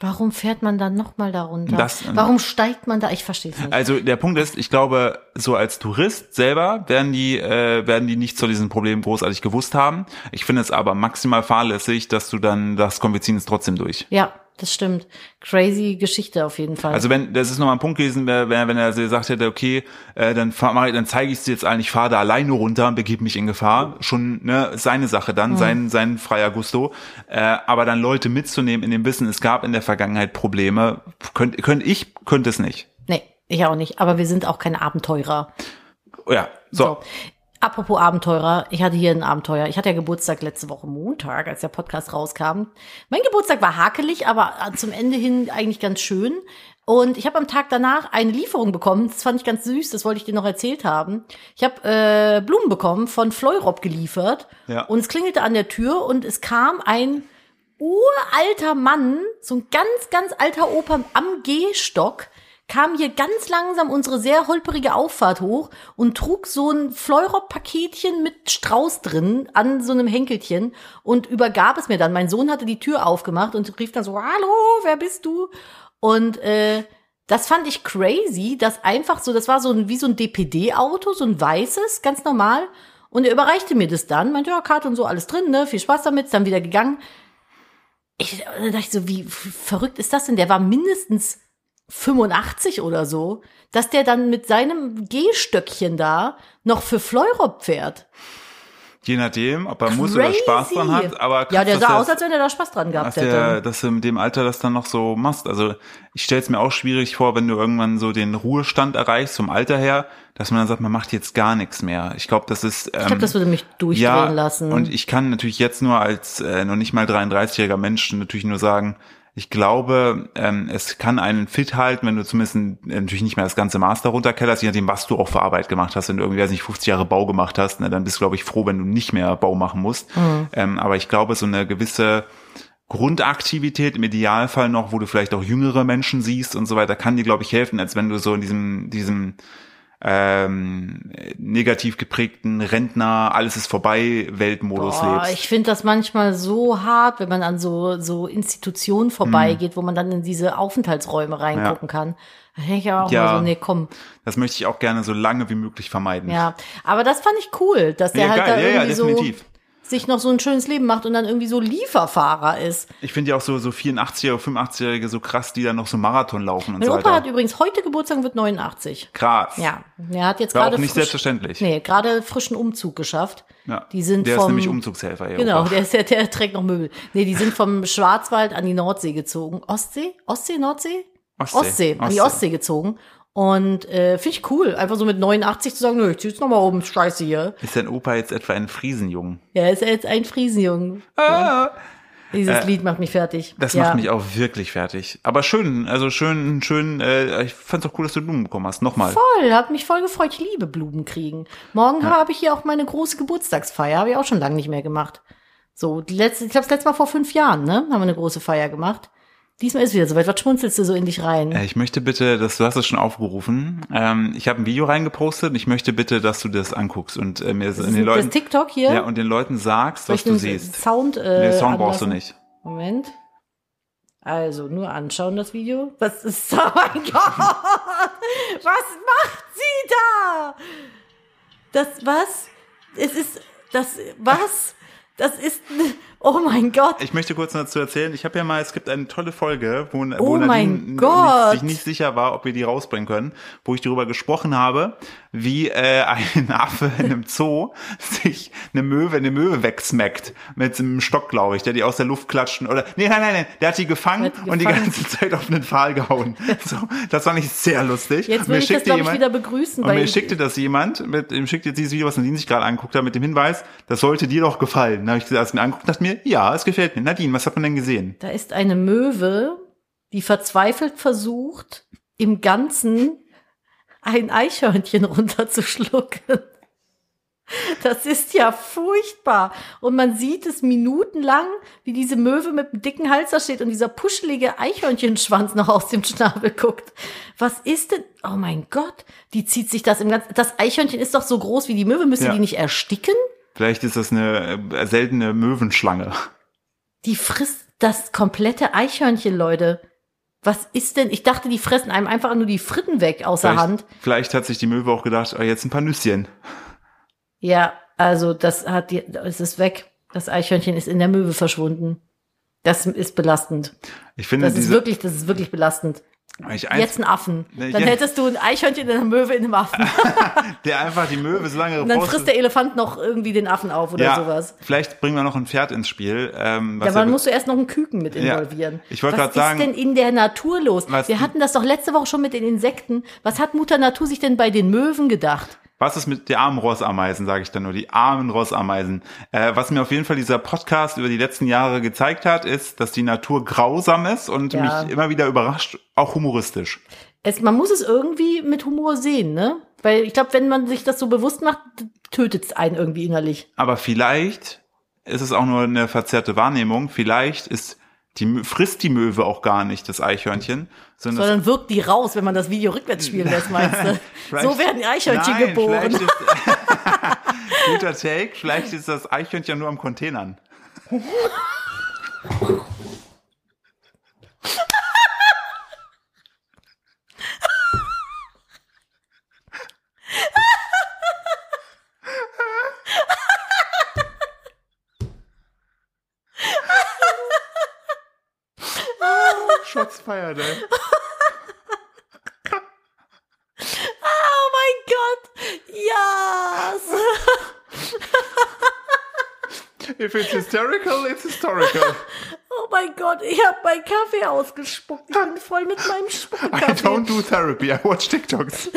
Speaker 2: warum fährt man dann nochmal da runter?
Speaker 1: Das- ähm,
Speaker 2: warum steigt man da? Ich verstehe es nicht.
Speaker 1: Also der Punkt ist, ich glaube, so als Tourist selber werden die, äh, werden die nicht zu diesem Problem großartig gewusst haben. Ich finde es aber maximal fahrlässig, dass du dann das komm, wir ziehen es trotzdem durch.
Speaker 2: ja, das stimmt. Crazy Geschichte auf jeden Fall.
Speaker 1: Also wenn, das ist nochmal ein Punkt gewesen, wer- wenn, wenn er so gesagt hätte, okay, äh, dann, fahr, mach ich- dann zeige ich es dir jetzt eigentlich, fahre da alleine runter und begebe mich in Gefahr. Schon ne, seine Sache dann, sein, sein freier Gusto. Äh, aber dann Leute mitzunehmen in dem Wissen, es gab in der Vergangenheit Probleme, könnte könnt ich, könnte es nicht.
Speaker 2: nee, ich auch nicht. Aber wir sind auch keine Abenteurer.
Speaker 1: Ja, so.
Speaker 2: So. Apropos Abenteurer, ich hatte hier ein Abenteuer. Ich hatte ja Geburtstag letzte Woche Montag, als der Podcast rauskam. Mein Geburtstag war hakelig, aber zum Ende hin eigentlich ganz schön. Und ich habe am Tag danach eine Lieferung bekommen. Das fand ich ganz süß, das wollte ich dir noch erzählt haben. Ich habe äh, Blumen bekommen, von Fleurop geliefert.
Speaker 1: Ja.
Speaker 2: Und es klingelte an der Tür und es kam ein uralter Mann, so ein ganz, ganz alter Opa am Gehstock, kam hier ganz langsam unsere sehr holperige Auffahrt hoch und trug so ein Fleurop-Paketchen mit Strauß drin an so einem Henkelchen und übergab es mir dann. Mein Sohn hatte die Tür aufgemacht und rief dann so, hallo, wer bist du? Und äh, das fand ich crazy, dass einfach so, das war so ein, wie so ein DPD-Auto, so ein weißes, ganz normal. Und er überreichte mir das dann, meinte, ja, Karte und so, alles drin, ne, viel Spaß damit, ist dann wieder gegangen. Ich und dann dachte ich so, wie f- verrückt ist das denn? Der war mindestens 85 oder so, dass der dann mit seinem Gehstöckchen da noch für Fleurop fährt.
Speaker 1: Je nachdem, ob er muss oder
Speaker 2: Crazy.
Speaker 1: Spaß dran hat, aber krass,
Speaker 2: Ja, der
Speaker 1: dass
Speaker 2: sah
Speaker 1: er-
Speaker 2: aus, als wenn er da Spaß dran
Speaker 1: dass
Speaker 2: gehabt
Speaker 1: der,
Speaker 2: hätte.
Speaker 1: dass du mit dem Alter das dann noch so machst. Also ich stelle es mir auch schwierig vor, wenn du irgendwann so den Ruhestand erreichst vom Alter her, dass man dann sagt, man macht jetzt gar nichts mehr. Ich glaube, das ist ähm,
Speaker 2: Ich glaube, das würde mich durchdrehen
Speaker 1: ja
Speaker 2: lassen.
Speaker 1: und ich kann natürlich jetzt nur als äh, noch nicht mal 33-jähriger Mensch natürlich nur sagen, ich glaube, ähm, es kann einen fit halten, wenn du zumindest ein, natürlich nicht mehr das ganze Maß darunter kellerst, je nachdem, was du auch für Arbeit gemacht hast. Wenn du irgendwie, weiß nicht, 50 Jahre Bau gemacht hast, ne, dann bist du, glaube ich, froh, wenn du nicht mehr Bau machen musst.
Speaker 2: Mhm.
Speaker 1: Ähm, aber ich glaube, so eine gewisse Grundaktivität, im Idealfall noch, wo du vielleicht auch jüngere Menschen siehst und so weiter, kann dir, glaube ich, helfen, als wenn du so in diesem, diesem ähm, negativ geprägten Rentner, alles ist vorbei, Weltmodus
Speaker 2: Boah,
Speaker 1: lebst.
Speaker 2: Oh, ich finde das manchmal so hart, wenn man an so, so Institutionen
Speaker 1: Hm.
Speaker 2: vorbeigeht, wo man dann in diese Aufenthaltsräume reingucken kann. Da denke ich aber auch
Speaker 1: Ja.
Speaker 2: mal so, nee, komm.
Speaker 1: das möchte ich auch gerne so lange wie möglich vermeiden.
Speaker 2: Ja, aber das fand ich cool, dass der
Speaker 1: Ja,
Speaker 2: halt
Speaker 1: geil,
Speaker 2: da
Speaker 1: ja, ja,
Speaker 2: irgendwie so
Speaker 1: definitiv.
Speaker 2: sich noch so ein schönes Leben macht und dann irgendwie so Lieferfahrer ist.
Speaker 1: Ich finde ja auch so, so 84er, 85-Jährige so krass, die dann noch so Marathon laufen und
Speaker 2: Mein
Speaker 1: so
Speaker 2: Opa
Speaker 1: weiter.
Speaker 2: hat übrigens heute Geburtstag und wird 89.
Speaker 1: krass.
Speaker 2: Ja, er hat jetzt
Speaker 1: War auch
Speaker 2: gerade
Speaker 1: nicht
Speaker 2: frisch-
Speaker 1: selbstverständlich.
Speaker 2: Nee, gerade frischen Umzug geschafft.
Speaker 1: Ja.
Speaker 2: Die sind
Speaker 1: der
Speaker 2: vom
Speaker 1: ist nämlich Umzugshelfer. Ihr
Speaker 2: Genau,
Speaker 1: Opa.
Speaker 2: der, ist, der, der trägt noch Möbel. Nee, die sind vom Schwarzwald an die Nordsee gezogen. Ostsee? Ostsee, Nordsee?
Speaker 1: Ostsee.
Speaker 2: an
Speaker 1: Ostsee.
Speaker 2: die Ostsee gezogen. Und äh, finde ich cool, einfach so mit 89 zu sagen, nö, ich zieh jetzt nochmal oben, scheiße hier.
Speaker 1: Ist dein Opa jetzt etwa ein Friesenjungen?
Speaker 2: Ja, ist er jetzt ein Friesenjungen.
Speaker 1: Ah.
Speaker 2: Dieses Lied macht mich fertig.
Speaker 1: Das
Speaker 2: ja.
Speaker 1: macht mich auch wirklich fertig. Aber schön, also schön, schön, äh, ich fand's auch cool, dass du Blumen bekommen hast. Nochmal.
Speaker 2: Voll, hat mich voll gefreut. Ich liebe Blumen kriegen. Morgen habe ich hier auch meine große Geburtstagsfeier, habe ich auch schon lange nicht mehr gemacht. So, die letzte, ich glaube, das letzte Mal vor fünf Jahren, ne? Haben wir eine große Feier gemacht. Diesmal ist wieder soweit. Was schmunzelst du so in dich rein?
Speaker 1: Äh, Ich möchte bitte, dass du hast es schon aufgerufen. Ähm, ich habe ein Video reingepostet und ich möchte bitte, dass du das anguckst und äh, mir
Speaker 2: das
Speaker 1: den
Speaker 2: ist das
Speaker 1: Leuten
Speaker 2: TikTok hier?
Speaker 1: ja und den Leuten sagst,
Speaker 2: Soll
Speaker 1: was
Speaker 2: ich
Speaker 1: du
Speaker 2: den
Speaker 1: siehst.
Speaker 2: Sound, äh,
Speaker 1: Den Song brauchst du nicht.
Speaker 2: anlassen? Moment. Also, nur anschauen das Video. Was ist da? Oh mein Gott! Was macht sie da? Das, was? Es ist, das, was? Das ist, oh mein Gott.
Speaker 1: Ich möchte kurz noch dazu erzählen, ich habe ja mal, es gibt eine tolle Folge, wo,
Speaker 2: Oh
Speaker 1: wo Nadine
Speaker 2: mein Gott.
Speaker 1: sich nicht sicher war, ob wir die rausbringen können, wo ich darüber gesprochen habe, wie äh, ein Affe in einem Zoo sich eine Möwe, eine Möwe wegsmackt mit einem Stock, glaube ich, der die aus der Luft klatschten oder nee, nein, nein, nein, der hat die gefangen,
Speaker 2: Der hat die
Speaker 1: und die
Speaker 2: gefangen.
Speaker 1: ganze Zeit auf den Pfahl gehauen. So, das fand ich sehr lustig.
Speaker 2: Jetzt
Speaker 1: Mir
Speaker 2: will ich das,
Speaker 1: schickte
Speaker 2: glaube ich,
Speaker 1: jemand-
Speaker 2: wieder begrüßen,
Speaker 1: und
Speaker 2: weil
Speaker 1: mir schickte das jemand, mit, ihm schickte dieses Video, was Nadine sich gerade anguckt hat, mit dem Hinweis, das sollte dir doch gefallen. Da habe ich das mir angeguckt und dachte mir, ja, es gefällt mir. Nadine, was hat man denn gesehen?
Speaker 2: da ist eine Möwe, die verzweifelt versucht, im Ganzen ein Eichhörnchen runterzuschlucken. Das ist ja furchtbar. Und man sieht es minutenlang, wie diese Möwe mit dem dicken Hals da steht und dieser puschelige Eichhörnchenschwanz noch aus dem Schnabel guckt. Was ist denn? Oh mein Gott, die zieht sich das im Ganzen. Das Eichhörnchen ist doch so groß wie die Möwe. Müssen
Speaker 1: Ja.
Speaker 2: die nicht ersticken?
Speaker 1: Vielleicht ist das eine äh, seltene Möwenschlange.
Speaker 2: Die frisst das komplette Eichhörnchen, Leute. Was ist denn? Ich dachte, die fressen einem einfach nur die Fritten weg außer
Speaker 1: Vielleicht,
Speaker 2: Hand.
Speaker 1: vielleicht hat sich die Möwe auch gedacht, oh, jetzt ein paar Nüsschen.
Speaker 2: Ja, also das hat die, es ist weg. Das Eichhörnchen ist in der Möwe verschwunden. Das ist belastend.
Speaker 1: Ich finde
Speaker 2: Das ist
Speaker 1: diese,
Speaker 2: wirklich, das ist wirklich belastend.
Speaker 1: ich
Speaker 2: Jetzt
Speaker 1: eins,
Speaker 2: ein Affen.
Speaker 1: Nee,
Speaker 2: Dann
Speaker 1: jetzt-
Speaker 2: hättest du ein Eichhörnchen in der Möwe in einem Affen.
Speaker 1: der einfach die Möwe so lange
Speaker 2: Und dann
Speaker 1: raus-
Speaker 2: frisst der Elefant noch irgendwie den Affen auf oder
Speaker 1: ja,
Speaker 2: sowas.
Speaker 1: Vielleicht bringen wir noch ein Pferd ins Spiel. Ähm,
Speaker 2: Ja,
Speaker 1: was
Speaker 2: aber dann
Speaker 1: ja-
Speaker 2: musst du erst noch einen Küken mit
Speaker 1: Ja.
Speaker 2: involvieren.
Speaker 1: Ich wollte
Speaker 2: Was
Speaker 1: gerade sagen-
Speaker 2: ist denn in der Natur los?
Speaker 1: Was
Speaker 2: Wir
Speaker 1: die-
Speaker 2: hatten das doch letzte Woche schon mit den Insekten. Was hat Mutter Natur sich denn bei den Möwen gedacht?
Speaker 1: Was ist mit den armen Rossameisen, sage ich dann nur, die armen Rossameisen. Äh, was mir auf jeden Fall dieser Podcast über die letzten Jahre gezeigt hat, ist, dass die Natur grausam ist und
Speaker 2: Ja.
Speaker 1: mich immer wieder überrascht, auch humoristisch.
Speaker 2: Es, man muss es irgendwie mit Humor sehen, ne? Weil ich glaube, wenn man sich das so bewusst macht, tötet es einen irgendwie innerlich.
Speaker 1: Aber vielleicht ist es auch nur eine verzerrte Wahrnehmung, vielleicht ist die, Mö- frisst die Möwe auch gar nicht, das Eichhörnchen, sondern
Speaker 2: Sondern wirkt die raus, wenn man das Video rückwärts spielen lässt, meinst du?
Speaker 1: Vielleicht-
Speaker 2: so werden Eichhörnchen
Speaker 1: Nein,
Speaker 2: geboren.
Speaker 1: vielleicht Ist, guter Take, vielleicht ist das Eichhörnchen nur am Containern. Shots fired, eh? ey.
Speaker 2: Oh mein Gott! Yes!
Speaker 1: If it's hysterical, it's historical.
Speaker 2: Oh mein Gott, ich habe meinen Kaffee ausgespuckt. Ich bin voll mit meinem
Speaker 1: I
Speaker 2: Spuckkaffee.
Speaker 1: don't do therapy, I watch TikToks.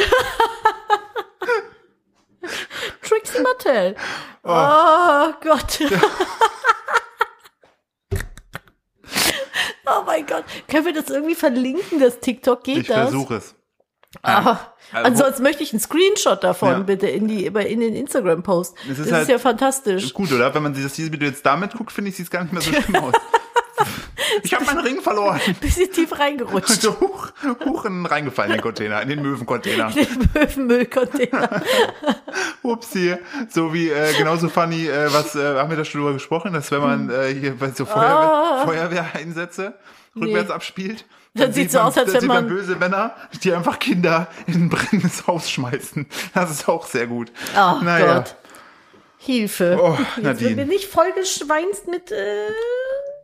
Speaker 2: Trixie Mattel. Oh, Gott. oh mein Gott. Können wir das irgendwie verlinken, das TikTok? Geht
Speaker 1: Ich
Speaker 2: das?
Speaker 1: versuche es.
Speaker 2: Ah,
Speaker 1: Also-
Speaker 2: ansonsten möchte ich einen Screenshot davon
Speaker 1: Ja.
Speaker 2: bitte in, die, bei- in den Instagram-Post.
Speaker 1: Es
Speaker 2: Das
Speaker 1: ist
Speaker 2: ist
Speaker 1: halt-
Speaker 2: ja fantastisch.
Speaker 1: Ist gut, oder? Wenn man sich das dieses Video jetzt damit guckt, finde ich, sieht es gar nicht mehr so schlimm aus. Ich habe meinen Ring verloren.
Speaker 2: Bisschen tief reingerutscht.
Speaker 1: So hoch, hoch Also in den reingefallenen Container, in den Möwencontainer.
Speaker 2: Den Möwenmüllcontainer.
Speaker 1: Upsi. So wie, äh, genauso funny, äh, was äh, haben wir da schon drüber gesprochen, dass wenn man äh, hier bei so Feuerwehr, Feuerwehreinsätze rückwärts
Speaker 2: Nee.
Speaker 1: abspielt,
Speaker 2: Dann sieht's so aus, als
Speaker 1: dann
Speaker 2: wenn
Speaker 1: Ah. sieht man
Speaker 2: man-
Speaker 1: böse Männer, die einfach Kinder in ein brennendes Haus schmeißen. Das ist auch sehr gut.
Speaker 2: Oh
Speaker 1: Naja.
Speaker 2: Gott. Hilfe.
Speaker 1: Oh,
Speaker 2: Jetzt wird
Speaker 1: Nadine.
Speaker 2: mir nicht vollgeschweinst mit äh,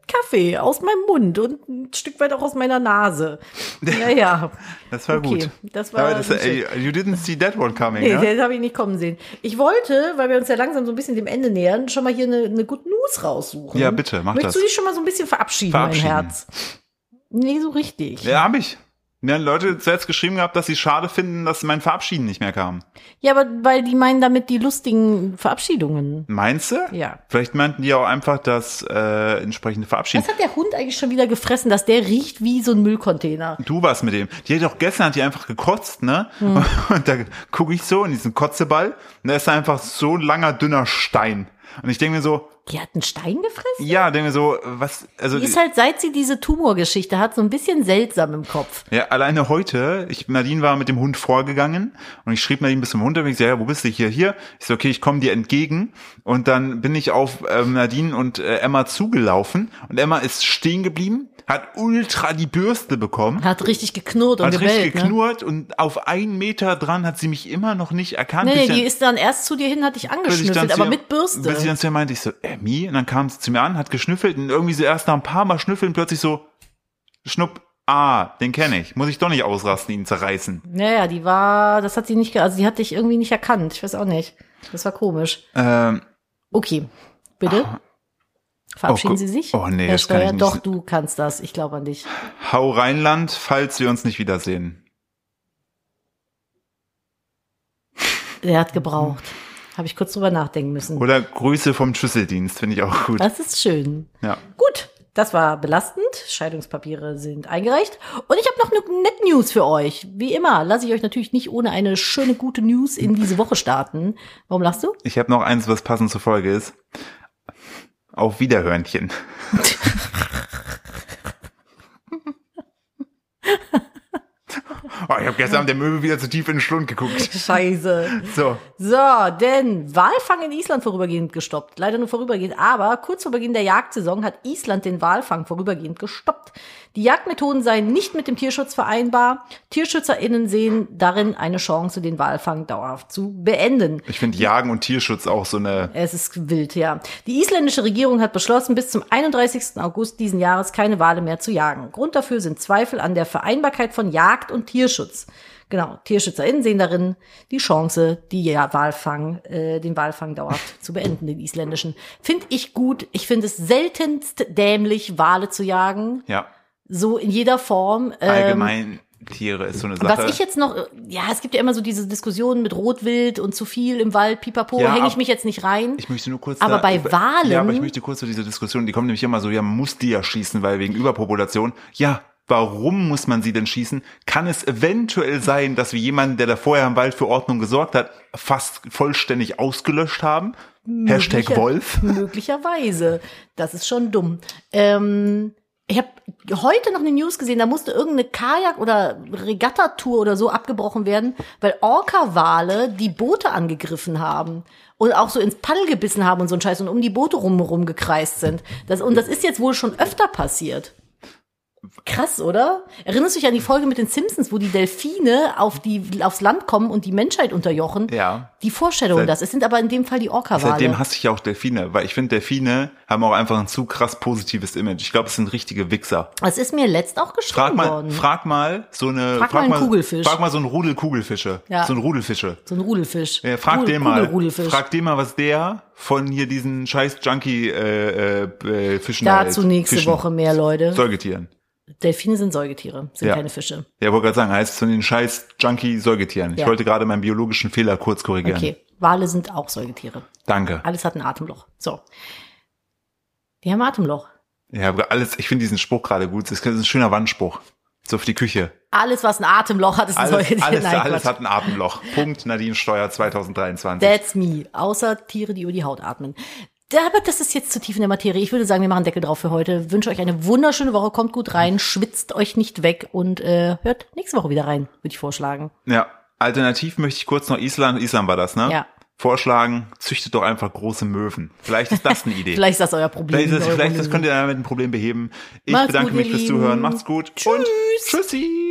Speaker 2: Kaffee aus meinem Mund und ein Stück weit auch aus meiner Nase. Naja.
Speaker 1: Das war
Speaker 2: Okay,
Speaker 1: gut.
Speaker 2: das war
Speaker 1: Aber das,
Speaker 2: nicht
Speaker 1: ey, you didn't see that one coming,
Speaker 2: Nee,
Speaker 1: ne?
Speaker 2: das habe ich nicht kommen sehen. Ich wollte, weil wir uns ja langsam so ein bisschen dem Ende nähern, schon mal hier eine, eine Good News raussuchen.
Speaker 1: Ja, bitte, mach
Speaker 2: Möchtest
Speaker 1: das.
Speaker 2: du dich schon mal so ein bisschen verabschieden,
Speaker 1: Verabschieden.
Speaker 2: mein Herz? Nee, so richtig. Ja.
Speaker 1: Ja, hab ich. Mir haben Leute zuletzt geschrieben gehabt, dass sie schade finden, dass mein Verabschieden nicht mehr kam.
Speaker 2: aber weil die meinen damit die lustigen Verabschiedungen.
Speaker 1: Meinst du?
Speaker 2: Ja.
Speaker 1: Vielleicht meinten die auch einfach das äh, entsprechende Verabschieden.
Speaker 2: Was hat der Hund eigentlich schon wieder gefressen, dass der riecht wie so ein Müllcontainer?
Speaker 1: Du warst mit dem. Die hat auch gestern hat die einfach gekotzt, ne?
Speaker 2: Hm.
Speaker 1: Und da gucke ich so in diesen Kotzeball. Und da ist einfach so ein langer, dünner Stein. Und ich denke mir so,
Speaker 2: Die hat einen Stein gefressen?
Speaker 1: ja, denke mir so, was, also,
Speaker 2: Die ist halt, seit sie diese Tumorgeschichte hat, so ein bisschen seltsam im Kopf.
Speaker 1: ja, alleine heute, ich, Nadine war mit dem Hund vorgegangen und ich schrieb Nadine bis zum Hund, und ich so, ja, wo bist du hier? Hier. Ich so, okay, ich komme dir entgegen. Und dann bin ich auf ähm, Nadine und äh, Emma zugelaufen und Emma ist stehen geblieben, hat ultra die Bürste bekommen.
Speaker 2: Hat richtig geknurrt und
Speaker 1: Hat
Speaker 2: gebellt. ne?
Speaker 1: richtig geknurrt und auf einen Meter dran hat sie mich immer noch nicht erkannt.
Speaker 2: Ne?
Speaker 1: bis
Speaker 2: Nee,
Speaker 1: ich
Speaker 2: nee,
Speaker 1: dann-
Speaker 2: die ist dann erst zu dir hin, hat
Speaker 1: bis
Speaker 2: dich
Speaker 1: ich dann
Speaker 2: angeschnüffelt,
Speaker 1: zu
Speaker 2: aber
Speaker 1: ihr-
Speaker 2: mit Bürste.
Speaker 1: Bis ich dann zu ihr meinte, ich so, Emmy, und dann kam sie zu mir an, hat geschnüffelt und irgendwie so erst nach ein paar Mal schnüffeln plötzlich so, schnupp, ah, den kenne ich, muss ich doch nicht ausrasten, ihn zerreißen.
Speaker 2: Naja, die war, das hat sie nicht, ge- also die hat dich irgendwie nicht erkannt. Ich weiß auch nicht. Das war komisch.
Speaker 1: Ähm,
Speaker 2: Okay, bitte. Verabschieden
Speaker 1: Ah. Oh, gu-
Speaker 2: Sie sich.
Speaker 1: oh, nee,
Speaker 2: Herr
Speaker 1: das kann ich
Speaker 2: Steuer,
Speaker 1: nicht.
Speaker 2: doch, du kannst das. Ich glaube an dich.
Speaker 1: hau Rheinland, falls wir uns nicht wiedersehen.
Speaker 2: Der hat gebraucht. Habe ich kurz drüber nachdenken müssen.
Speaker 1: Oder Grüße vom Schlüsseldienst, finde ich auch gut.
Speaker 2: Das ist schön.
Speaker 1: Ja.
Speaker 2: Gut, das war belastend. Scheidungspapiere sind eingereicht. Und ich habe noch eine nette News für euch. Wie immer lasse ich euch natürlich nicht ohne eine schöne, gute News in diese Woche starten. Warum lachst du?
Speaker 1: Ich habe noch eins, was passend zur Folge ist. Auf Wiederhörnchen. oh, ich habe gestern Abend der Möwe wieder zu tief in den Schlund geguckt.
Speaker 2: Scheiße.
Speaker 1: So,
Speaker 2: So, denn Walfang in Island vorübergehend gestoppt. Leider nur vorübergehend, aber kurz vor Beginn der Jagdsaison hat Island den Walfang vorübergehend gestoppt. Die Jagdmethoden seien nicht mit dem Tierschutz vereinbar. TierschützerInnen sehen darin eine Chance, den Walfang dauerhaft zu beenden.
Speaker 1: ich finde Jagen und Tierschutz auch so eine.
Speaker 2: Es ist wild, ja. Die isländische Regierung hat beschlossen, bis zum 31. August diesen Jahres keine Wale mehr zu jagen. Grund dafür sind Zweifel an der Vereinbarkeit von Jagd und Tierschutz. Genau, TierschützerInnen sehen darin die Chance, die ja Walfang, äh, den Walfang dauerhaft zu beenden, den isländischen. Find ich gut. Ich finde es seltenst dämlich, Wale zu jagen.
Speaker 1: Ja,
Speaker 2: So in jeder Form. Ähm,
Speaker 1: allgemein Tiere ist so eine Sache.
Speaker 2: was ich jetzt noch, ja, es gibt ja immer so diese Diskussionen mit Rotwild und zu viel im Wald, pipapo,
Speaker 1: Ja,
Speaker 2: hänge ich
Speaker 1: ab-
Speaker 2: mich jetzt nicht rein.
Speaker 1: ich möchte nur kurz.
Speaker 2: Aber
Speaker 1: da-
Speaker 2: bei Walen-
Speaker 1: Ja, aber ich möchte kurz zu dieser Diskussion, die kommt nämlich immer so, ja, man muss die ja schießen, weil wegen Überpopulation. Ja, warum muss man sie denn schießen? Kann es eventuell sein, dass wir jemanden, der da vorher im Wald für Ordnung gesorgt hat, fast vollständig ausgelöscht haben? Hashtag
Speaker 2: Möglicher-
Speaker 1: Wolf.
Speaker 2: Möglicherweise. Das ist schon dumm. Ähm, ich habe heute noch eine News gesehen, da musste irgendeine Kajak- oder Regattatour oder so abgebrochen werden, weil Orca-Wale die Boote angegriffen haben und auch so ins Paddel gebissen haben und so ein Scheiß und um die Boote rum rumgekreist sind. Das, und das ist jetzt wohl schon öfter passiert. Krass, oder? Erinnerst du dich an die Folge mit den Simpsons, wo die Delfine auf die, aufs Land kommen und die Menschheit unterjochen?
Speaker 1: Ja.
Speaker 2: Die Vorstellung,
Speaker 1: Seit-
Speaker 2: das. Es sind aber in dem Fall die Orca-Wale.
Speaker 1: Seitdem hasse ich ja auch Delfine, weil ich finde, Delfine haben auch einfach ein zu krass positives Image. Ich glaube, es sind richtige Wichser.
Speaker 2: Es ist mir letzt auch
Speaker 1: Frag
Speaker 2: geschrieben
Speaker 1: mal,
Speaker 2: worden.
Speaker 1: frag mal so eine.
Speaker 2: Frag mal einen Kugelfisch.
Speaker 1: Frag mal so einen Rudel Kugelfische.
Speaker 2: Ja.
Speaker 1: So ein Rudelfische.
Speaker 2: so ein Rudelfisch.
Speaker 1: Ja, Äh, frag
Speaker 2: Rudel-
Speaker 1: den mal.
Speaker 2: Kugelrudelfisch.
Speaker 1: Frag den mal, was der von hier diesen scheiß Junkie äh, äh, äh, Fischen
Speaker 2: Dazu
Speaker 1: hält.
Speaker 2: nächste
Speaker 1: Fischen.
Speaker 2: Woche mehr, Leute.
Speaker 1: Säugetieren.
Speaker 2: Delfine sind Säugetiere, sind
Speaker 1: Ja.
Speaker 2: keine Fische.
Speaker 1: Ja, wollte gerade sagen, heißt von den scheiß Junkie Säugetieren. Ich
Speaker 2: Ja.
Speaker 1: wollte gerade meinen biologischen Fehler kurz korrigieren.
Speaker 2: Okay, Wale sind auch Säugetiere.
Speaker 1: Danke.
Speaker 2: Alles hat ein Atemloch. So. Die haben ein Atemloch.
Speaker 1: Ja, aber alles, ich finde diesen Spruch gerade gut. Das ist ein schöner Wandspruch. So für die Küche.
Speaker 2: Alles, was ein Atemloch hat, ist ein
Speaker 1: Alles,
Speaker 2: Säugetier.
Speaker 1: alles,
Speaker 2: Nein,
Speaker 1: alles
Speaker 2: Quatsch.
Speaker 1: hat ein Atemloch. Punkt Nadine Steuer 2023.
Speaker 2: That's me. Außer Tiere, die über die Haut atmen. Da- Aber das ist jetzt zu tief in der Materie. Ich würde sagen, wir machen Deckel drauf für heute. Wünsche euch eine wunderschöne Woche. Kommt gut rein, schwitzt euch nicht weg und äh, hört nächste Woche wieder rein, würde ich vorschlagen.
Speaker 1: Ja, alternativ möchte ich kurz noch Island, Island war das, ne?
Speaker 2: Ja.
Speaker 1: Vorschlagen, züchtet doch einfach große Möwen. Vielleicht ist das eine Idee.
Speaker 2: Vielleicht ist das euer Problem.
Speaker 1: vielleicht, ist,
Speaker 2: eure
Speaker 1: vielleicht das
Speaker 2: Lösung.
Speaker 1: könnt ihr damit ein Problem beheben. Ich
Speaker 2: Macht's
Speaker 1: bedanke
Speaker 2: gut,
Speaker 1: mich
Speaker 2: ihr
Speaker 1: fürs
Speaker 2: Lieben.
Speaker 1: Zuhören. Macht's gut. Und
Speaker 2: Tschüss.
Speaker 1: tschüssi.